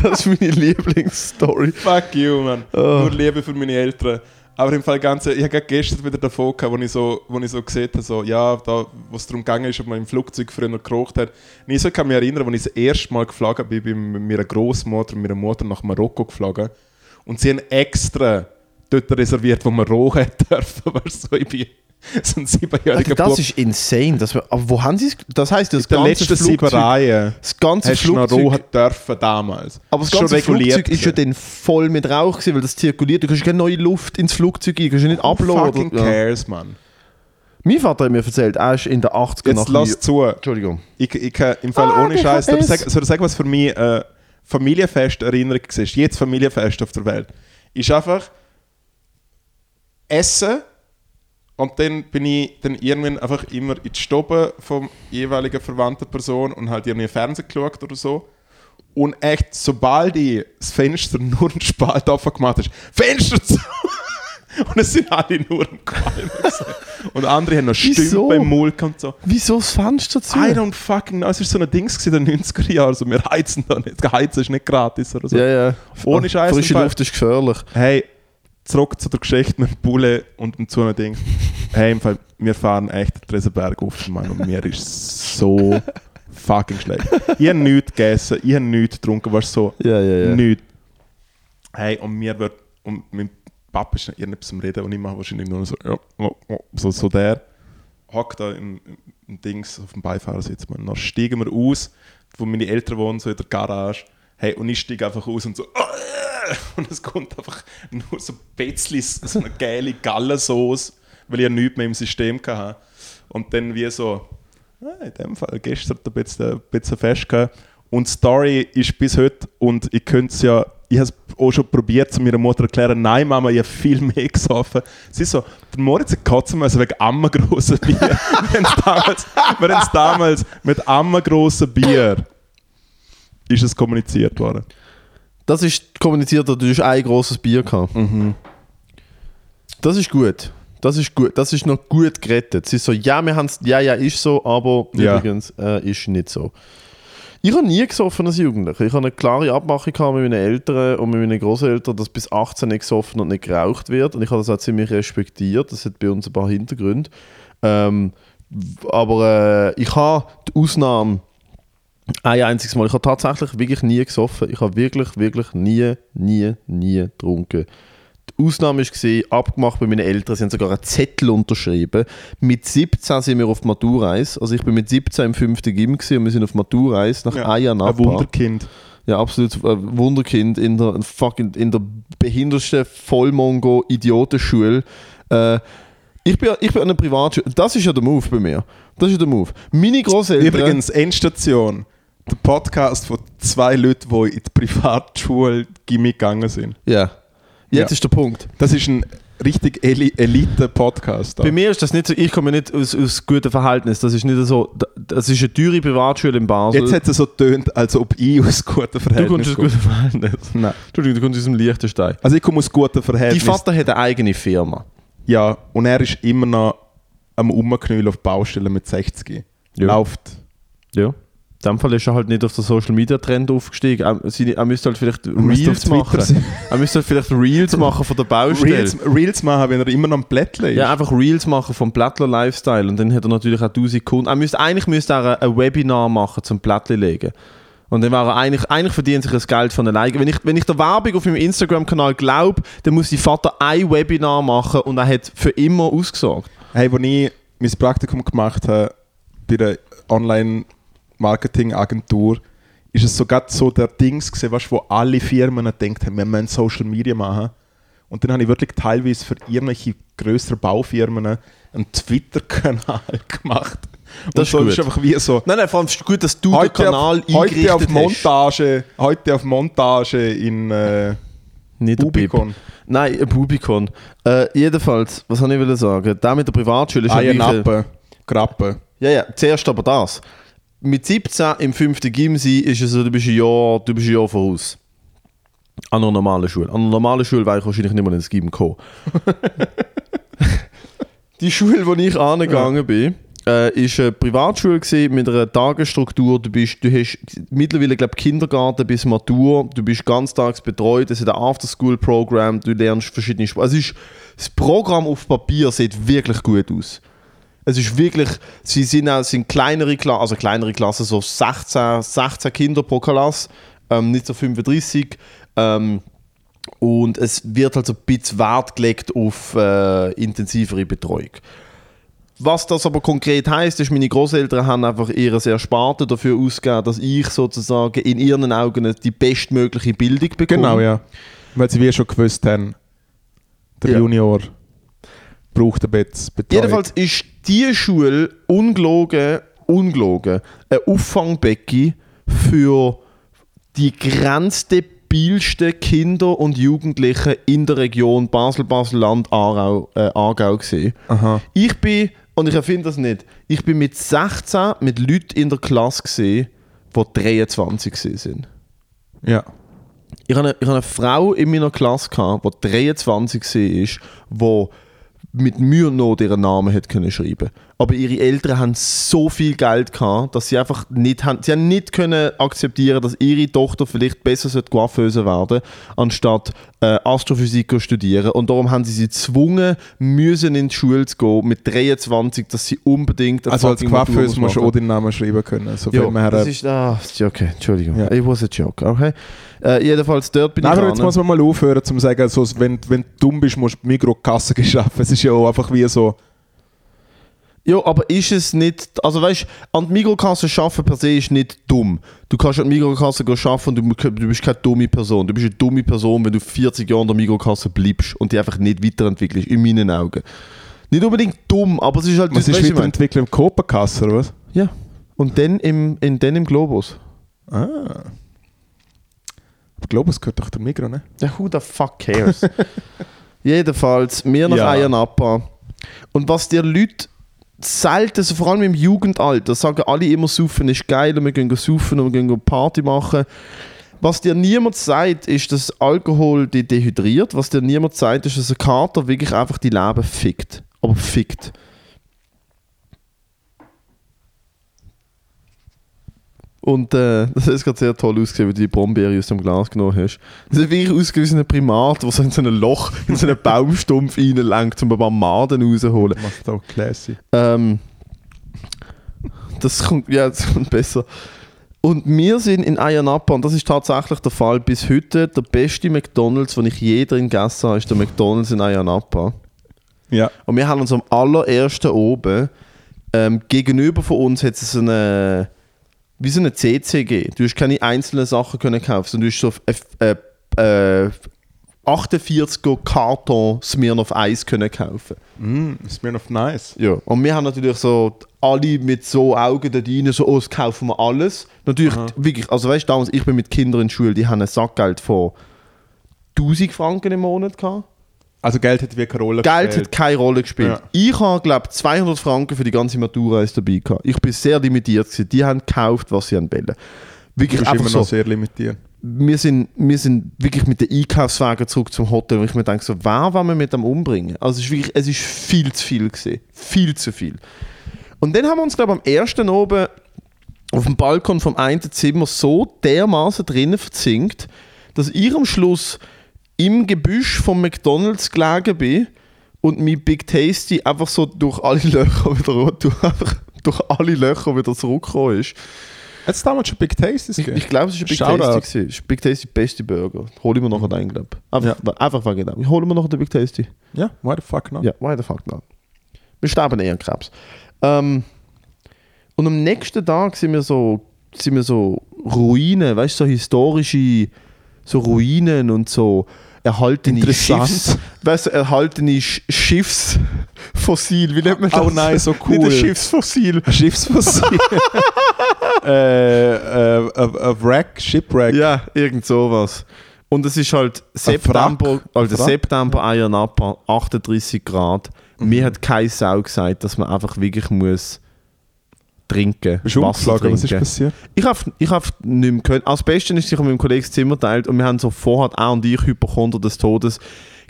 S2: das ist meine Lieblingsstory.
S1: Fuck you, man.
S2: Oh.
S1: Nur Liebe für meine Eltern. Aber im Fall ganz ehrlich, ich habe gestern wieder davon gehabt, wo ich so, wo ich so gesehen habe, so, ja, da, wo es darum gegangen ist, ob man im Flugzeug früher noch gekocht hat. Und ich so kann mich erinnern, als ich das erste Mal geflogen bin, bin ich mit meiner Großmutter und meiner Mutter nach Marokko geflogen. Und sie haben extra dort reserviert, wo man roh hätte <laughs> dürfen, weil so ich bin. <laughs> So ein siebenjähriger
S2: Alter, Also das ist insane. Dass wir, aber wo haben sie es? Das heißt, das
S1: der
S2: ganze
S1: letzte
S2: Flugzeug,
S1: Siebereien
S2: das ganze
S1: hast du noch roh
S2: Flugzeug,
S1: dürfen damals.
S2: aber das
S1: Ist schon
S2: ganze Flugzeug ist
S1: gewesen.
S2: ja dann voll mit Rauch gewesen, weil das zirkuliert. Du kannst keine neue Luft ins Flugzeug ein, kannst du nicht
S1: Fucking
S2: abladen. Ja.
S1: cares, man.
S2: Mein Vater hat mir erzählt, er ist in der 80er
S1: Jetzt lass zu.
S2: Entschuldigung.
S1: Ich, ich kann im Fall
S2: Ah,
S1: ohne
S2: ich
S1: Scheiß.
S2: hab
S1: Soll ich
S2: es.
S1: sagen, soll ich sagen, was für mich äh, Familienfest-Erinnerung war? Jedes Familienfest auf der Welt. Ist einfach Essen und dann bin ich dann irgendwann einfach immer in die Stube vom jeweiligen verwandten Person und halt irgendwie Fernsehen geschaut oder so. Und echt, sobald ich das Fenster <laughs> nur einen Spalt offen gemacht habe, Fenster zu! <laughs> und es sind alle nur am Qualmen. gewesen. Und andere haben noch
S2: Wieso?
S1: Stümpe im Mund und so.
S2: Wieso das Fenster zu?
S1: I don't fucking know. Es war so ein Ding gewesen in den 90er Jahren. Also, wir heizen da nicht. Heizen ist nicht gratis oder so.
S2: Ja, ja.
S1: Ohne Scheiß,
S2: Frische
S1: im Fall.
S2: Luft ist gefährlich.
S1: Hey, zurück zu der Geschichte mit dem Bulle und dem zu einem Ding. Hey, im Fall, wir fahren echt Tresenberg auf, Mann. Und mir ist
S2: <laughs>
S1: so fucking schlecht. Ich habe nichts gegessen, ich habe nichts getrunken. Weißt du, so
S2: Ja, ja, ja.
S1: nichts. Hey, und mir wird. Und mein Papa ist irgendetwas am Reden und ich mache wahrscheinlich nur so. Ja, oh, oh, so, so der. Hockt da im, im Dings auf dem Beifahrersitz. Man. Dann steigen wir aus, wo meine Eltern wohnen, so in der Garage. Hey, und ich steige einfach aus und so. <laughs> Und es kommt einfach nur so ein bisschen so eine geile Gallensauce, weil ich ja nichts mehr im System hatte. Und dann wie so, ah, in dem Fall, gestern hat ein bisschen, ein bisschen fest gehabt. Und die Story ist bis heute, und ich könnte es ja, ich habe es auch schon probiert, zu meiner Mutter erklären, nein, Mama, ich habe viel mehr gesoffen. Sie ist so, der Moritz hat kotzen müssen wegen ammergrossen Bier. <laughs> wir haben es damals, wir haben's damals mit ammergrossen Bier ist es kommuniziert worden.
S2: Das ist kommuniziert, du hast ein grosses Bier gehabt. Das ist gut. Das ist gut. Das ist noch gut gerettet. Sie ist so, ja, wir haben es, ja, ja, ist so, aber
S1: Ja.
S2: übrigens äh, ist nicht so. Ich habe nie gesoffen als Jugendlicher. Ich habe eine klare Abmachung gehabt mit meinen Eltern und mit meinen Großeltern, dass bis 18 nicht gesoffen und nicht geraucht wird. Und ich habe das auch ziemlich respektiert. Das hat bei uns ein paar Hintergründe. Ähm, w- aber äh, ich habe die Ausnahme ein einziges Mal. Ich habe tatsächlich wirklich nie gesoffen. Ich habe wirklich, wirklich nie, nie, nie getrunken. Die Ausnahme war abgemacht bei meinen Eltern. Sie haben sogar einen Zettel unterschrieben. Mit 17 sind wir auf die Maturreise. Also ich bin mit 17 im 5. Gym gewesen und wir sind auf die Maturreise nach ah, ja,
S1: Ein Wunderkind.
S2: ja, absolut äh, Wunderkind in der fucking in der behindertsten Vollmongo Idiotenschule. Äh, ich bin, ich bin an einer Privatschule. Das ist ja der Move bei mir. Das ist ja der Move. Meine Großeltern.
S1: Übrigens, Endstation. Der Podcast von zwei Leuten, die in die Privatschule Gimmick gegangen sind.
S2: Ja. Jetzt
S1: Ja.
S2: ist der Punkt.
S1: Das ist ein richtig Eli Elite-Podcast. da.
S2: Bei mir ist das nicht so, ich komme nicht aus, aus gutem Verhältnis. Das ist nicht so, d- das ist eine teure Privatschule in Basel.
S1: Jetzt hat es so tönt, als ob ich also aus gutem
S2: du
S1: Verhältnis
S2: kommst aus
S1: komme.
S2: gutem Verhältnis.
S1: Nein.
S2: Entschuldigung, du kommst aus dem Liechtenstein.
S1: Also ich komme aus gutem
S2: Dein
S1: Verhältnis.
S2: Vater hat eine eigene Firma.
S1: ja, und er ist immer noch am Rumknüllen auf Baustellen mit 60.
S2: Ja.
S1: Läuft.
S2: Ja. In dem Fall ist er halt nicht auf den Social Media Trend aufgestiegen. Er, seine, er müsste halt vielleicht
S1: müsste
S2: Reels
S1: auf Twitter
S2: machen.
S1: sein.
S2: Er müsste halt vielleicht Reels machen von der Baustelle.
S1: Reels, Reels machen, wenn er immer noch am Blättchen ist.
S2: Ja, einfach Reels machen vom Plättler Lifestyle und dann hat er natürlich auch 1000 Kunden. Er müsste, eigentlich müsste er ein- ein Webinar machen zum Plättchen legen. Und dann wäre er eigentlich, eigentlich verdient sich das Geld von alleine. Wenn ich, wenn ich der Werbung auf meinem Instagram-Kanal glaube, dann muss die Vater ein Webinar machen und er hat für immer ausgesagt.
S1: Hey, als ich mein Praktikum gemacht habe bei einer Online-Marketing-Agentur, ist es sogar so der Dings gesehen, weißt, wo alle Firmen gedacht haben, wir müssen Social Media machen. Und dann habe ich wirklich teilweise für irgendwelche größeren Baufirmen einen Twitter-Kanal <laughs> gemacht. Und
S2: Das ist
S1: so
S2: gut.
S1: ist einfach wie so.
S2: Nein, nein, vor allem ist gut, dass du den Kanal
S1: auf, heute auf
S2: hast.
S1: Montage, heute auf Montage in äh,
S2: Nicht der Bib.
S1: Ubicon.
S2: Nein, ein Bubikon. Äh, jedenfalls, was soll ich will sagen? Der mit der Privatschule
S1: Ah,
S2: ist ja wirklich-
S1: Eiernappen, Grappen.
S2: Ja, ja, zuerst aber das. Mit 17 im 5. Gym sein, ist es so, du bist ein Jahr, du bist ein Jahr voraus. An einer normalen Schule. An einer normalen Schule wäre ich wahrscheinlich nicht mal ins Gym gekommen. Die Schule, wo ich angegangen bin, äh, ist eine Privatschule gewesen, mit einer Tagesstruktur. Du, bist, du hast mittlerweile, glaube Kindergarten bis Matur. Du bist ganztags betreut. Es ist ein After-School-Programm. Du lernst verschiedene Sprachen. Es ist, das Programm auf Papier sieht wirklich gut aus. Es ist wirklich, sie sind auch, es sind kleinere Klassen, also kleinere Klassen, so 16, 16 Kinder pro Klasse, ähm, nicht so 35. Ähm, und es wird halt so ein bisschen Wert gelegt auf äh, intensivere Betreuung. Was das aber konkret heißt, ist, meine Großeltern haben einfach ihres Ersparten dafür ausgegeben, dass ich sozusagen in ihren Augen die bestmögliche Bildung bekomme.
S1: Genau, ja. Weil sie wie schon gewusst haben, der
S2: Ja.
S1: Junior braucht ein bisschen Betreuung.
S2: Jedenfalls ist diese Schule ungelogen, ungelogen, ein Auffangbecken für die grenzdebilsten Kinder und Jugendlichen in der Region Basel, Basel-Land, Aarau, äh, Aargau gesehen.
S1: Aha.
S2: Ich bin, und ich erfinde das nicht, ich bin mit 16 mit Leuten in der Klasse gesehen, die 23 gewesen sind.
S1: Ja.
S2: Ich hatte eine, ich habe eine Frau in meiner Klasse, gehabt, die 23 war, die mit Mühe und Not ihren Namen hat können schreiben Aber ihre Eltern haben so viel Geld, gehabt, dass sie einfach nicht, haben, sie haben nicht können akzeptieren dass ihre Tochter vielleicht besser sollte Coiffeuse werden anstatt äh, Astrophysiker studieren. Und darum haben sie sie gezwungen, müssen in die Schule zu gehen mit 23, dass sie unbedingt eine
S1: Also als
S2: fucking Matur
S1: Quaffeus musst du
S2: machen.
S1: auch den Namen schreiben können. So viel
S2: Ja,
S1: mehr
S2: das
S1: Nein,
S2: ist, ah, okay, Entschuldigung.
S1: halt Ja.
S2: It was a joke, okay? Äh, jedenfalls, dort bin ich
S1: aber jetzt
S2: ran.
S1: muss man mal aufhören zu sagen, so, <laughs> wenn, wenn du dumm bist, musst du Mikrokasse geschaffen. Es ist ja auch einfach wie so,
S2: Ja, aber ist es nicht. Also weißt du, an die Mikrokasse arbeiten per se ist nicht dumm. Du kannst an die Mikrokasse gehen arbeiten und du, du bist keine dumme Person. Du bist eine dumme Person, wenn du 40 Jahre an der Mikrokasse bleibst und die einfach nicht weiterentwickelst, in meinen Augen. Nicht unbedingt dumm, aber es ist halt
S1: Was
S2: weißt
S1: ist
S2: du, ich mein-
S1: Weiterentwicklung im Koperkasser, oder was?
S2: Ja. Und dann im, in, dann im Globus.
S1: Ah. Aber Globus gehört doch der Migros, ne?
S2: Ja, who the fuck cares? <laughs> Jedenfalls, mir nach
S1: Ja.
S2: Eiern abbauen. Und was dir Leute selten, also vor allem im Jugendalter, sagen alle immer, Saufen ist geil und wir gehen saufen und wir gehen Party machen. Was dir niemand sagt, ist, dass Alkohol dich dehydriert. Was dir niemand sagt, ist, dass ein Kater wirklich einfach die Leben fickt. Aber fickt. Und äh, <laughs> das ist gerade sehr toll ausgesehen, wie du die Brombeere aus dem Glas genommen hast. Das ist wirklich ausgewiesen ein Primat, der so in so ein Loch, in so einen Baumstumpf <laughs> reinlenkt, um ein paar Maden rauszuholen.
S1: Macht auch classy.
S2: Ähm, das kommt, ja, das kommt besser. Und wir sind in Ayanapa, und das ist tatsächlich der Fall bis heute, der beste McDonalds, den ich je drin gegessen habe, ist der McDonalds in Ayanapa.
S1: Ja.
S2: Und wir haben uns am allerersten oben, ähm, gegenüber von uns hat es so eine, wie so eine CCG. Du hast keine einzelnen Sachen können kaufen, sondern du hast so auf, äh, äh, 48er Karton Smirnoff Eis können kaufen.
S1: Mm, Smirnoff Nice.
S2: Ja. Und wir haben natürlich so alle mit so Augen da rein, so, oh, das kaufen wir alles. Natürlich, wirklich, also weißt du, damals, ich bin mit Kindern in der Schule, die haben ein Sackgeld von 1000 Franken im Monat gehabt.
S1: Also Geld hat wie keine Rolle
S2: Geld
S1: gespielt.
S2: hat keine Rolle gespielt.
S1: Ja.
S2: Ich habe, glaube 200 Franken für die ganze Matura ist dabei gehabt. Ich bin sehr limitiert gewesen. Die haben gekauft, was sie wollen.
S1: Du bist
S2: Wirklich einfach
S1: immer noch
S2: so
S1: sehr limitiert.
S2: wir sind, wir sind wirklich mit den Einkaufswagen zurück zum Hotel, wo ich mir denke, so, wer wollen wir mit dem umbringen? Also es ist wirklich, es ist viel zu viel gesehen, viel zu viel. Und dann haben wir uns, glaube ich, am ersten oben auf dem Balkon vom einen Zimmer so dermaßen drinnen verzinkt, dass ich am Schluss im Gebüsch vom McDonalds gelegen bin und mein Big Tasty einfach so durch alle Löcher wieder, <laughs> durch, einfach durch alle Löcher wieder zurückgekommen ist.
S1: Hat es damals schon Big Tastes
S2: Ich,
S1: gegeben?
S2: ich glaube, es war Big
S1: Shoutout.
S2: Tasty. gewesen. Es ist Big Tasty beste Burger. Hol ich mir nachher den, glaube ich. Einfach, einfach wegen dem. Ich hole mir nachher den Big Tasty.
S1: Ja, why the fuck not?
S2: Ja, why the fuck not? Wir sterben eher an Krebs. Ähm, und am nächsten Tag sind wir so, sind wir so Ruinen, weißt du, so historische so Ruinen und so erhaltene
S1: Interessant.
S2: Schiffs, weißt du, erhaltene Sch Schiffsfossil, wie nennt man das?
S1: Oh nein, so
S2: <laughs> Nicht
S1: cool.
S2: ein Schiffsfossil.
S1: Ein Schiffsfossil. äh, äh, a, a Wreck, Shipwreck.
S2: Ja, irgend sowas. Und es ist halt
S1: Ein
S2: September,
S1: Frack.
S2: also
S1: Frack.
S2: September, Ayanapa, 38 Grad.
S1: Mhm.
S2: Mir hat keine Sau gesagt, dass man einfach wirklich muss trinken,
S1: Bist du
S2: Wasser
S1: umgeschlagen? Was ist
S2: trinken.
S1: passiert?
S2: Ich habe ich hab nicht mehr können. Als Beste ist, ich habe mit einem Kollegen das Zimmer teilt und wir haben so vorher, er und ich, Hypochonder des Todes,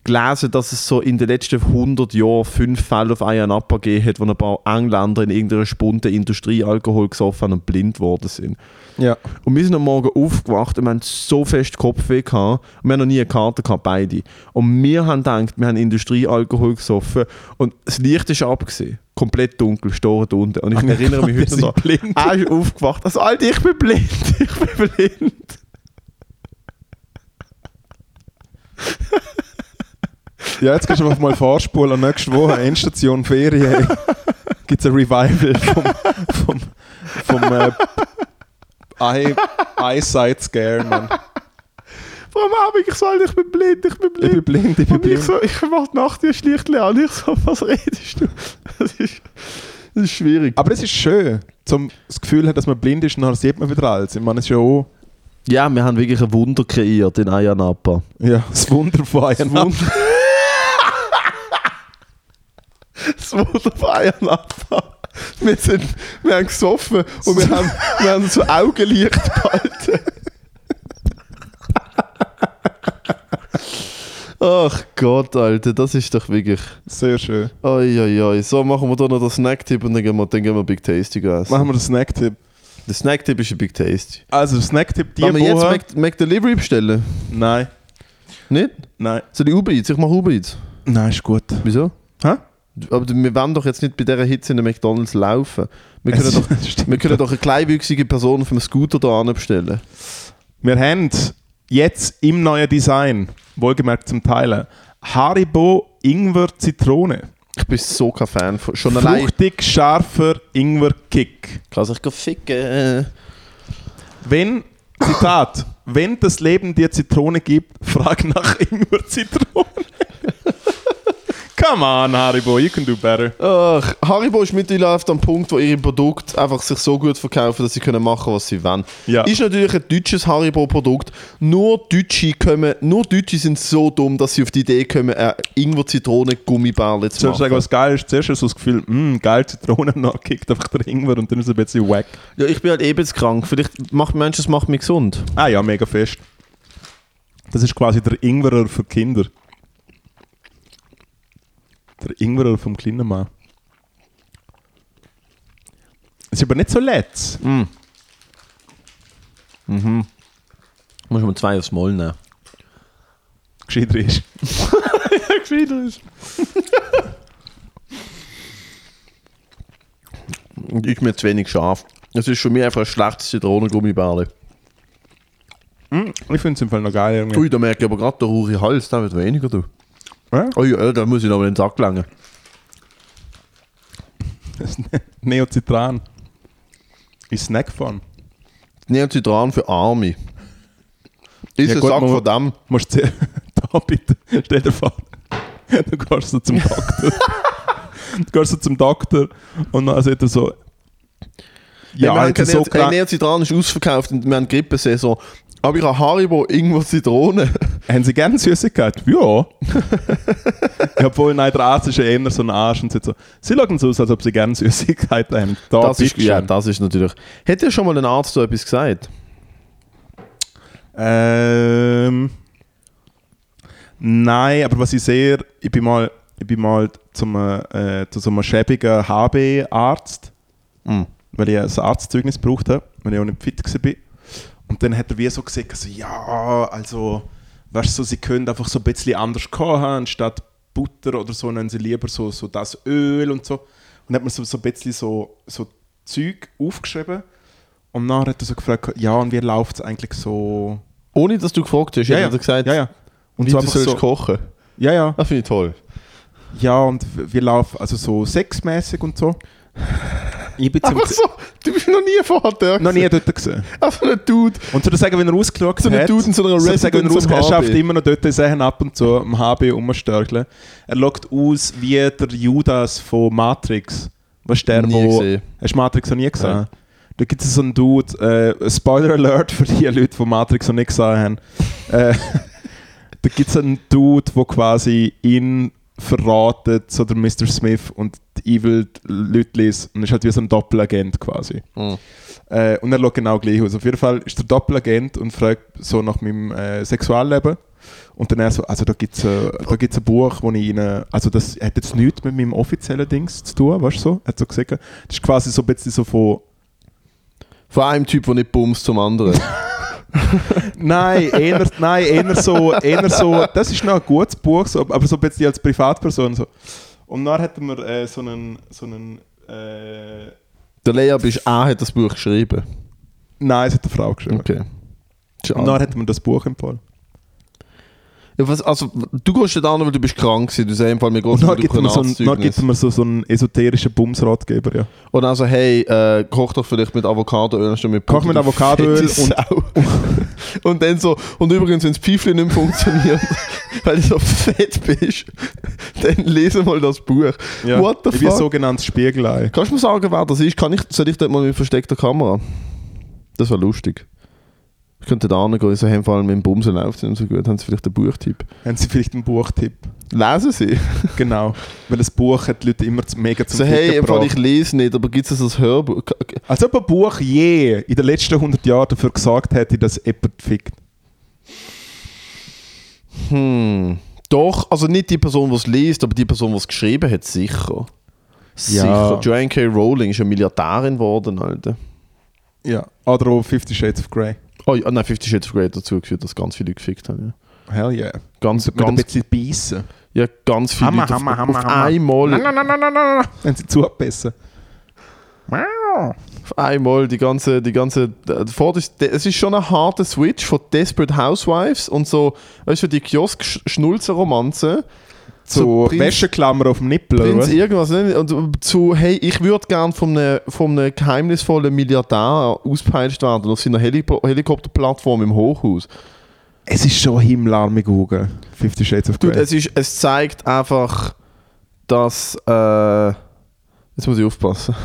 S2: gelesen, dass es so in den letzten 100 Jahren fünf Fälle auf Ayanapa gegeben hat, wo ein paar Engländer in irgendeiner Spunde Industrie Alkohol gesoffen haben und blind geworden sind.
S1: Ja.
S2: Und wir sind am Morgen aufgewacht und wir haben so fest Kopfweh gehabt. Und wir haben noch nie eine Karte gehabt, beide. Und wir haben gedacht, wir haben Industriealkohol gesoffen. Und das Licht ist abgesehen. Komplett dunkel, storen unten. Und ich
S1: Ah,
S2: erinnere mich
S1: wir
S2: heute
S1: sind
S2: noch.
S1: blind.
S2: Er ist aufgewacht. Also, Alter, ich bin blind. <laughs> Ich bin blind.
S1: ja, jetzt kannst du einfach mal vorspulen. Nächste Woche, Endstation,
S2: <laughs>
S1: Ferien, gibt es ein Revival vom, vom, vom äh, Eye, Eyesight Scare, Mann.
S2: Warum habe ich so, Alter, ich bin blind, ich bin
S1: Ich
S2: blind.
S1: bin blind, ich bin
S2: Und ich
S1: blind.
S2: so, ich mache die Nacht hier schlicht an. Ich so, was redest du? <laughs> Das ist, das ist schwierig.
S1: Aber es ist schön, zum das Gefühl hat, dass man blind ist und dann sieht man wieder alles. Ich meine, es ist ja auch
S2: Ja, wir haben wirklich ein Wunder kreiert in Ayanapa.
S1: ja, das Wunder von
S2: Das
S1: einem
S2: Wunder. <laughs> das Wunder von Eiernappa. Wir, sind, wir haben gesoffen und wir haben, wir haben so Augenlicht behalten. <laughs> Ach Gott, Alter, das ist doch wirklich.
S1: Sehr schön.
S2: Uiuiui. So, machen wir da noch den Snack-Tipp und dann gehen wir, dann gehen wir Big Tasty essen.
S1: Machen wir den Snack-Tipp.
S2: Der Snack-Tipp ist ein Big Tasty.
S1: Also, Snack-Tipp, die
S2: Wollen wir jetzt
S1: Woche...
S2: Mac, Mac Delivery bestellen?
S1: Nein,
S2: Nicht?
S1: nein.
S2: So die Uber Eats? Ich mache Uber Eats.
S1: Nein, ist gut.
S2: Wieso?
S1: Hä?
S2: Aber wir wollen doch jetzt nicht bei dieser Hitze in den McDonalds laufen. Wir können, doch,
S1: <laughs>
S2: wir können doch eine kleinwüchsige Person auf dem Scooter da anbestellen.
S1: Wir haben jetzt im neuen Design, wohlgemerkt zum Teilen, Haribo Ingwer Zitrone.
S2: Ich bin so kein Fan von. Schon allein.
S1: Fruchtig, scharfer Ingwer-Kick.
S2: Kann sich gehen ficken.
S1: <coughs> Wenn, Zitat, wenn das Leben dir Zitrone gibt, frag <laughs> nach Ingwer-Zitrone. Come on, Haribo, you can do better.
S2: Ach, Haribo ist mittlerweile am Punkt, wo ihre Produkte einfach sich so gut verkaufen, dass sie können machen, was sie wollen.
S1: Ja.
S2: Ist natürlich ein deutsches Haribo-Produkt. Nur Deutsche kommen, nur Deutsche sind so dumm, dass sie auf die Idee kommen, äh, irgendwo Zitronen Gummibärle zu
S1: Soll ich
S2: machen.
S1: sagen, was geil ist? Zuerst hast du das Gefühl, mh, geil, Zitrone, und <laughs> dann kickt einfach der Ingwer und dann ist es ein bisschen wack.
S2: Ja, ich bin halt eben krank. Vielleicht macht Mensch, das macht mich gesund.
S1: Ah ja, mega fest. Das ist quasi der Ingwerer für Kinder. Der Ingwerer vom kleinen Mann. Ist aber nicht so letz.
S2: Muss man zwei aufs Maul nehmen.
S1: Gescheiter ist.
S2: Gescheiter ist. Und ich mir zu wenig scharf. Das ist für mich einfach ein schlechtes Zitronengummibärle.
S1: Ich finde es im Fall noch geil. Irgendwie.
S2: Ui, da merke ich aber gerade, der raue Hals, der wird weniger, du.
S1: Ja?
S2: Ui, äh, da muss ich noch mal in den Sack langen.
S1: Neocitran. In Snackform.
S2: Neocitran für Arme. Ist
S1: Ja,
S2: ein
S1: gut,
S2: Sack
S1: man-
S2: von dem.
S1: Musst du zuerst- <laughs> da bitte, stell dir vor, du gehst so zum
S2: <laughs>
S1: Doktor. du gehst so zum Doktor und dann sagt er so, ja,
S2: hey, wir haben
S1: jetzt ist
S2: keine
S1: so
S2: so hey,
S1: krank.
S2: Neocitran ist ausverkauft und wir haben Grippesaison. Aber ich habe Haribo,
S1: <laughs>
S2: irgendwo Zitrone.
S1: Haben Sie gerne Süßigkeit?
S2: <laughs>
S1: Ja. ja. Obwohl, nein, der Arzt ist ja eher so ein Arsch und sagt so, Sie schauen so aus, als ob Sie gerne Süßigkeit haben. Da,
S2: Das ist,
S1: bitteschön.
S2: ja, das ist natürlich. Hätte ja schon mal ein Arzt so etwas gesagt?
S1: Ähm, nein, aber was ich sehe, ich bin mal, ich bin mal zum, äh, zu so einem schäbigen HB-Arzt,
S2: Mhm.
S1: weil ich ein Arztzeugnis gebraucht habe, weil ich auch nicht fit war. Und dann hat er wie so gesagt, also, ja, also, weißt du, so, sie können einfach so ein bisschen anders kochen, anstatt Butter oder so, nehmen sie lieber so, so das Öl und so. Und hat mir so, so ein bisschen so, so Zeug aufgeschrieben. Und dann hat er so gefragt, ja, und wie läuft es eigentlich so
S2: Ohne dass du gefragt hast, hätte er gesagt,
S1: ja, ja. Und
S2: wie
S1: so
S2: du
S1: einfach
S2: sollst
S1: so,
S2: kochen.
S1: ja, ja,
S2: Das finde ich toll.
S1: ja, und w- wir laufen also so sexmäßig und so. Ich bin zum
S2: Einfach so, du bist noch nie vorher dort.
S1: noch nie dort gesehen.
S2: Einfach ein Dude.
S1: Und zu sagen, wenn er ausgeschaut
S2: So ein
S1: hat,
S2: Dude in so einer
S1: soll ich sagen, wenn er
S2: Residence am
S1: ausgeschaut hat, er schafft
S2: HB.
S1: immer noch dort die Sachen ab und zu am HB rumstörkeln. Er schaut aus wie der Judas von Matrix. Weißt du, der,
S2: Nie
S1: wo...
S2: gesehen.
S1: Hast du Matrix noch nie gesehen?
S2: Nein.
S1: Da gibt es so einen Dude, äh, Spoiler Alert für die Leute, die Matrix noch nicht gesehen haben. äh, <laughs> da gibt es einen Dude, der quasi ihn verratet, so der Mr. Smith und die Evil Lütlis und ist halt wie so ein Doppelagent quasi.
S2: Mhm.
S1: Äh, und er schaut genau gleich aus. Auf jeden Fall ist der Doppelagent und fragt so nach meinem äh, Sexualleben. Und dann er so, also da gibt es da gibt's ein Buch, wo ich ihnen, also das hat jetzt nichts mit meinem offiziellen Dings zu tun, weißt du so? Hat so gesagt, das ist quasi so ein bisschen so von,
S2: Von einem Typ, der nicht bumst,
S1: <laughs>
S2: zum anderen.
S1: nein, eher, nein, eher so, eher so, das ist noch ein gutes Buch, so, aber so ein bisschen als Privatperson so. Und dann hatten wir äh, so einen, so einen, äh,
S2: der Lea bist A hat das Buch geschrieben.
S1: nein, es hat eine Frau geschrieben.
S2: Okay.
S1: Und dann hat man das Buch empfohlen.
S2: Ja, was, also, du gehst nicht an, weil du bist krank gewesen. Du sagst im Fall, mir geht um
S1: Und dann gibt
S2: kein
S1: man so einen, dann
S2: Arztzeugnis.
S1: gibt man so, so einen esoterischen Bumsratgeber, ja.
S2: Und also, hey, äh, koch doch vielleicht mit Avocadoöl anstatt mit
S1: Koch
S2: Butter,
S1: mit
S2: du
S1: Avocadoöl
S2: fette Sau. <laughs> und dann so, und übrigens, wenn das Piefli nicht mehr funktioniert, <laughs> weil du so fett bist, dann lese mal das Buch. What the
S1: ich bin
S2: fuck?
S1: ein sogenanntes Spiegelei.
S2: Kannst du mir sagen, wer das ist? Kann ich, soll ich dort mal mit versteckter Kamera? Das war lustig. Ich könnte da hingehen, so haben vor allem mit dem Bumsen läuft es nicht so gut, haben sie vielleicht einen Buchtipp.
S1: Haben Sie vielleicht einen <laughs> Buchtipp?
S2: Lesen sie.
S1: genau. Weil das Buch hat die Leute immer zu- mega zum
S2: <laughs> So,
S1: Ficken
S2: hey, im Fall, ich
S1: gebracht.
S2: lese nicht, aber gibt es das als Hörbuch? Ka- ka-
S1: Als ob ein Buch je in den letzten 100 Jahren dafür gesagt hätte, dass jemand fickt.
S2: Hm. Doch, also nicht die Person, die es liest, aber die Person, die es geschrieben hat, sicher. Sicher. Joanne K. Rowling ist ja Milliardärin geworden, Alter.
S1: Ja. Oder auch Fifty Shades of Grey.
S2: Oh, ja, nein, 50 Shades of Grey hat dazu geführt, dass ganz viele Leute gefickt haben. Ja.
S1: Hell yeah.
S2: Ganz,
S1: Mit ein
S2: ganz,
S1: bisschen beißen.
S2: ja, ganz viele
S1: Hammer,
S2: Leute
S1: Hammer,
S2: auf,
S1: Hammer,
S2: auf
S1: Hammer.
S2: einmal.
S1: nein, nein, nein, nein. Haben sie zugebissen.
S2: Auf einmal die ganze, die ganze, äh, vor- das- es ist schon ein harter Switch von Desperate Housewives und so, weißt du, die Kiosk-Schnulzer-Romanze
S1: So,
S2: Prinz-
S1: Wäscheklammer auf dem Nippel, oder
S2: Prinz
S1: was?
S2: irgendwas, ne? Und zu, hey, ich würde gern von einem, von einem geheimnisvollen Milliardär ausgepeitscht werden auf seiner Heli Helikopterplattform im Hochhaus.
S1: Es ist schon himmelarmig Hugo. Fifty Shades of
S2: Dude,
S1: Grey.
S2: es, ist, es zeigt einfach, dass. Äh, jetzt muss ich aufpassen.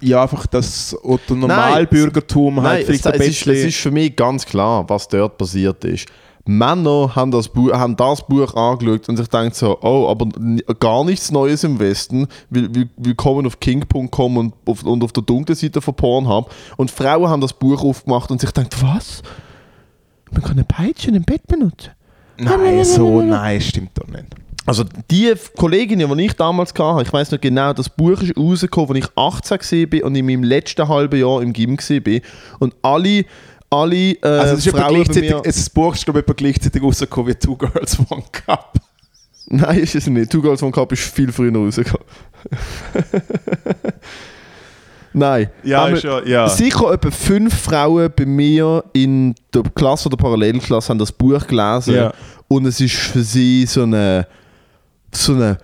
S1: Ja, einfach das Otto Normalbürgertum
S2: Nein,
S1: halt vielleicht
S2: es,
S1: ein
S2: es, ist,
S1: bisschen...
S2: es ist für mich ganz klar, was dort passiert ist. Männer haben das, Bu haben das Buch angeschaut und sich denkt so, oh, aber n- gar nichts Neues im Westen. Will- will- Willkommen auf King.com und auf, und auf der dunklen Seite von Pornhub. Und Frauen haben das Buch aufgemacht und sich denkt, was? Man kann eine Peitsche im Bett benutzen.
S1: nein, so, nein, stimmt doch nicht.
S2: Also die F- Kolleginnen, die ich damals hatte, ich weiß noch genau, das Buch ist rausgekommen, als ich 18 war und in meinem letzten halben Jahr im Gym war. Und alle, alle äh,
S1: Also es ist etwa
S2: Frauen bei
S1: gleichzeitig,
S2: mir... <laughs>
S1: das Buch ist glaube ich etwa gleichzeitig rausgekommen wie Two Girls One Cup.
S2: Nein, ist es nicht. Two Girls One Cup ist viel früher rausgekommen. <laughs> Nein. Aber
S1: ja, ja.
S2: Sicher etwa fünf Frauen bei mir in der Klasse oder Parallelklasse haben das Buch gelesen.
S1: Ja.
S2: Und es ist für sie so eine, so eine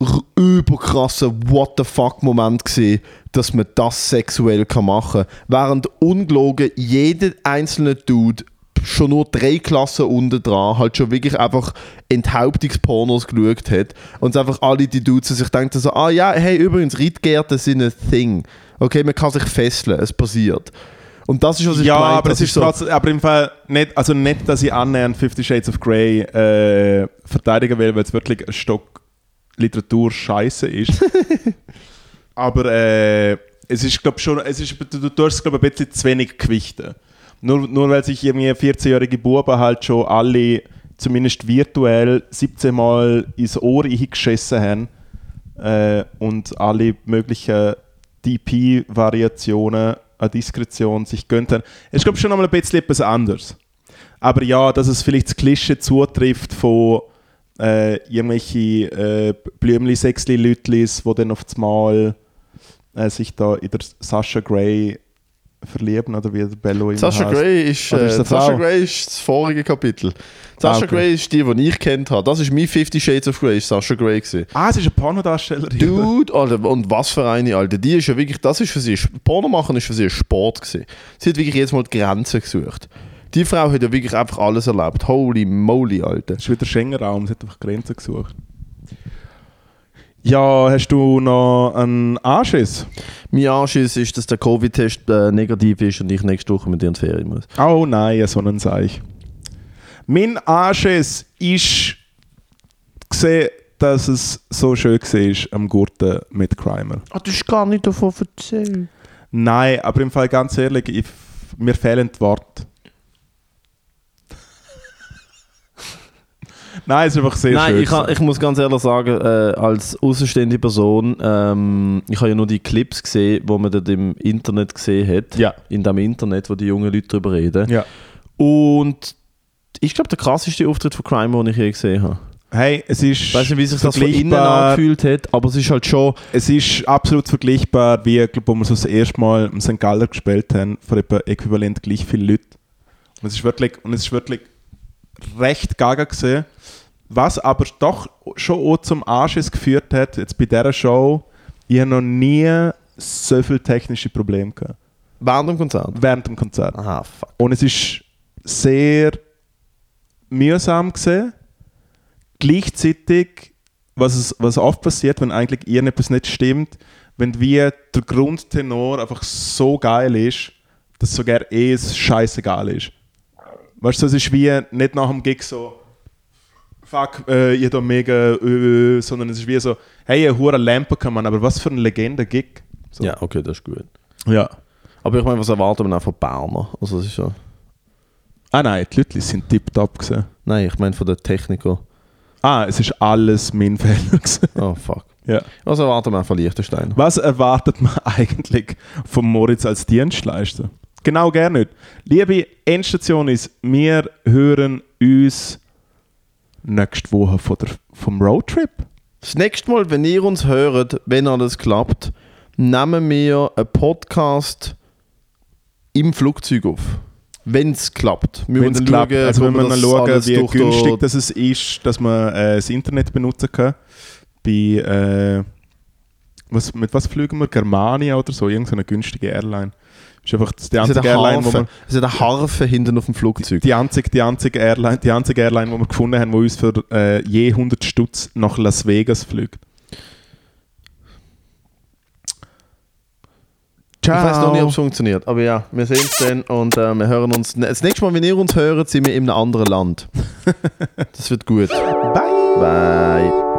S2: r- überkrasse What the fuck Moment gewesen, dass man das sexuell kann machen kann. Während ungelogen jeder einzelne Dude schon nur drei Klassen unten dran halt schon wirklich einfach Enthauptungspornos geschaut hat und einfach alle die Dudes die sich denken so, ah ja, hey übrigens, Reitgärten sind ein Thing. Okay, man kann sich fesseln, es passiert. Und das ist, was ich
S1: ja,
S2: meine.
S1: aber es ist trotzdem, aber im Fall nicht, also nicht, dass ich annähernd Fifty Shades of Grey äh, verteidigen will, weil es wirklich ein Stock Literatur scheiße
S2: <laughs>
S1: ist. aber äh, es ist glaube schon, es ist, du, du tust glaube ein bisschen zu wenig gewichten. Nur, nur weil sich irgendwie 14-jährige Buben halt schon alle, zumindest virtuell, 17 Mal ins Ohr hingeschissen haben äh, und alle möglichen DP-Variationen an Diskretion sich gönnt haben. Es ist, glaube schon nochmal ein bisschen etwas anderes. Aber ja, dass es vielleicht das Klischee zutrifft von äh, irgendwelche äh, blümli sechsli lütlis die dann auf das Mal äh, sich da in der Sascha Gray verlieben oder wie der Bello immer
S2: Sasha
S1: heißt.
S2: Gray ist,
S1: Oder
S2: äh,
S1: ist das
S2: Sasha
S1: auch?
S2: Grey ist das vorige Kapitel. Sasha
S1: Ah, okay.
S2: Grey ist die, die ich kennt habe. Das ist mein Fifty Shades of Grey, ist Sasha Grey gewesen.
S1: Ah, es ist eine Pornodarstellerin.
S2: Dude, Alter, und was für eine, Alter. Die ist ja wirklich, das ist für sie, Porno machen ist für sie ein Sport gewesen. Sie hat wirklich jedes Mal die Grenzen gesucht. Die Frau hat ja wirklich einfach alles erlebt. Holy moly, Alter.
S1: Das ist wieder Schengen-Raum, sie hat einfach Grenzen gesucht. Ja, hast du noch einen Anschiss?
S2: Mein Anschiss ist, dass der Covid-Test äh, negativ ist und ich nächste Woche mit dir in die Ferien muss.
S1: Oh nein, so ein Seich. Mein Anschiss ist gesehen, dass es so schön war am Gurten mit Crimer.
S2: Ah, du hast gar nicht davon erzählt.
S1: Nein, aber im Fall ganz ehrlich, ich, f- mir fehlen die
S2: <laughs>
S1: Worte. nein, es ist einfach sehr
S2: Nein,
S1: schön.
S2: ich, ha- ich muss ganz ehrlich sagen, äh, als außenstehende Person, ähm, ich habe ja nur die Clips gesehen, wo man dort im Internet gesehen hat.
S1: Ja.
S2: In dem Internet, wo die jungen Leute drüber reden.
S1: ja.
S2: Und ich glaube, der krasseste Auftritt von Crime, den ich je gesehen habe.
S1: Hey, es ist.
S2: Ich weiß nicht, wie sich das von innen
S1: vergleichbar-
S2: angefühlt hat, aber es ist halt schon.
S1: Es ist absolut vergleichbar, wie glaub, wo wir so das erste Mal im St. Galler gespielt haben, vor etwa äquivalent gleich viele Leute. Und es ist wirklich, und es ist wirklich recht gaga gesehen. Was aber doch schon auch zum Arsches geführt hat, jetzt bei dieser Show, ich habe noch nie so viele technische Probleme gehabt.
S2: Während dem Konzert.
S1: Während dem Konzert.
S2: Aha, fuck.
S1: Und es ist sehr mühsam gesehen. Gleichzeitig, was, es, was oft passiert, wenn eigentlich irgendetwas nicht stimmt, wenn wie der Grundtenor einfach so geil ist, dass sogar eh es scheißegal ist. Weißt du, es ist wie nicht nach dem Gig so, fuck, äh, ihr da mega, äh, äh, sondern es ist wie so, hey, eine hure Lampe kann man, aber was für ein Legende-Gig. So.
S2: Ja, okay, das ist gut.
S1: ja.
S2: Aber ich meine, was erwartet man auch von Berner? Also, es ist ja.
S1: Ah nein, die Leute sind tipptopp gesehen.
S2: Nein, ich meine von den Techniker.
S1: Ah, es ist alles mein <laughs> Fehler. gewesen.
S2: Oh, fuck.
S1: ja.
S2: Was erwartet man auch von Liechtenstein?
S1: Was erwartet man eigentlich von Moritz als Dienstleister? Genau, gar nicht. Liebe Endstation ist, wir hören uns nächste Woche von der, vom Roadtrip.
S2: Das nächste Mal, wenn ihr uns hört, wenn alles klappt, nehmen wir einen Podcast im Flugzeug auf. Wenn es klappt. Wir
S1: Wenn's
S2: müssen
S1: klappt.
S2: schauen,
S1: also
S2: ob
S1: wenn wir
S2: das
S1: dann schauen,
S2: alles
S1: wie
S2: durch
S1: günstig
S2: den-
S1: das es ist, dass man äh, das Internet benutzen kann. Bei, äh, was, mit was fliegen wir? Germania oder so, irgendeine günstige Airline. Ist einfach die
S2: Es hat
S1: einzige
S2: eine
S1: Airline, wo
S2: Harfe,
S1: wir,
S2: es hat eine Harfe hinten auf dem Flugzeug.
S1: die einzige, die einzige Airline, die einzige Airline, wo wir gefunden haben, die uns für äh, je 100 Stutz nach Las Vegas fliegt. Ciao.
S2: Ich weiß noch nicht, ob es funktioniert. Aber ja, wir sehen uns dann und äh, wir hören uns. Das nächste Mal,
S1: <laughs>
S2: wenn ihr uns hört, sind wir in einem anderen Land. das wird gut.
S1: Bye.
S2: Bye.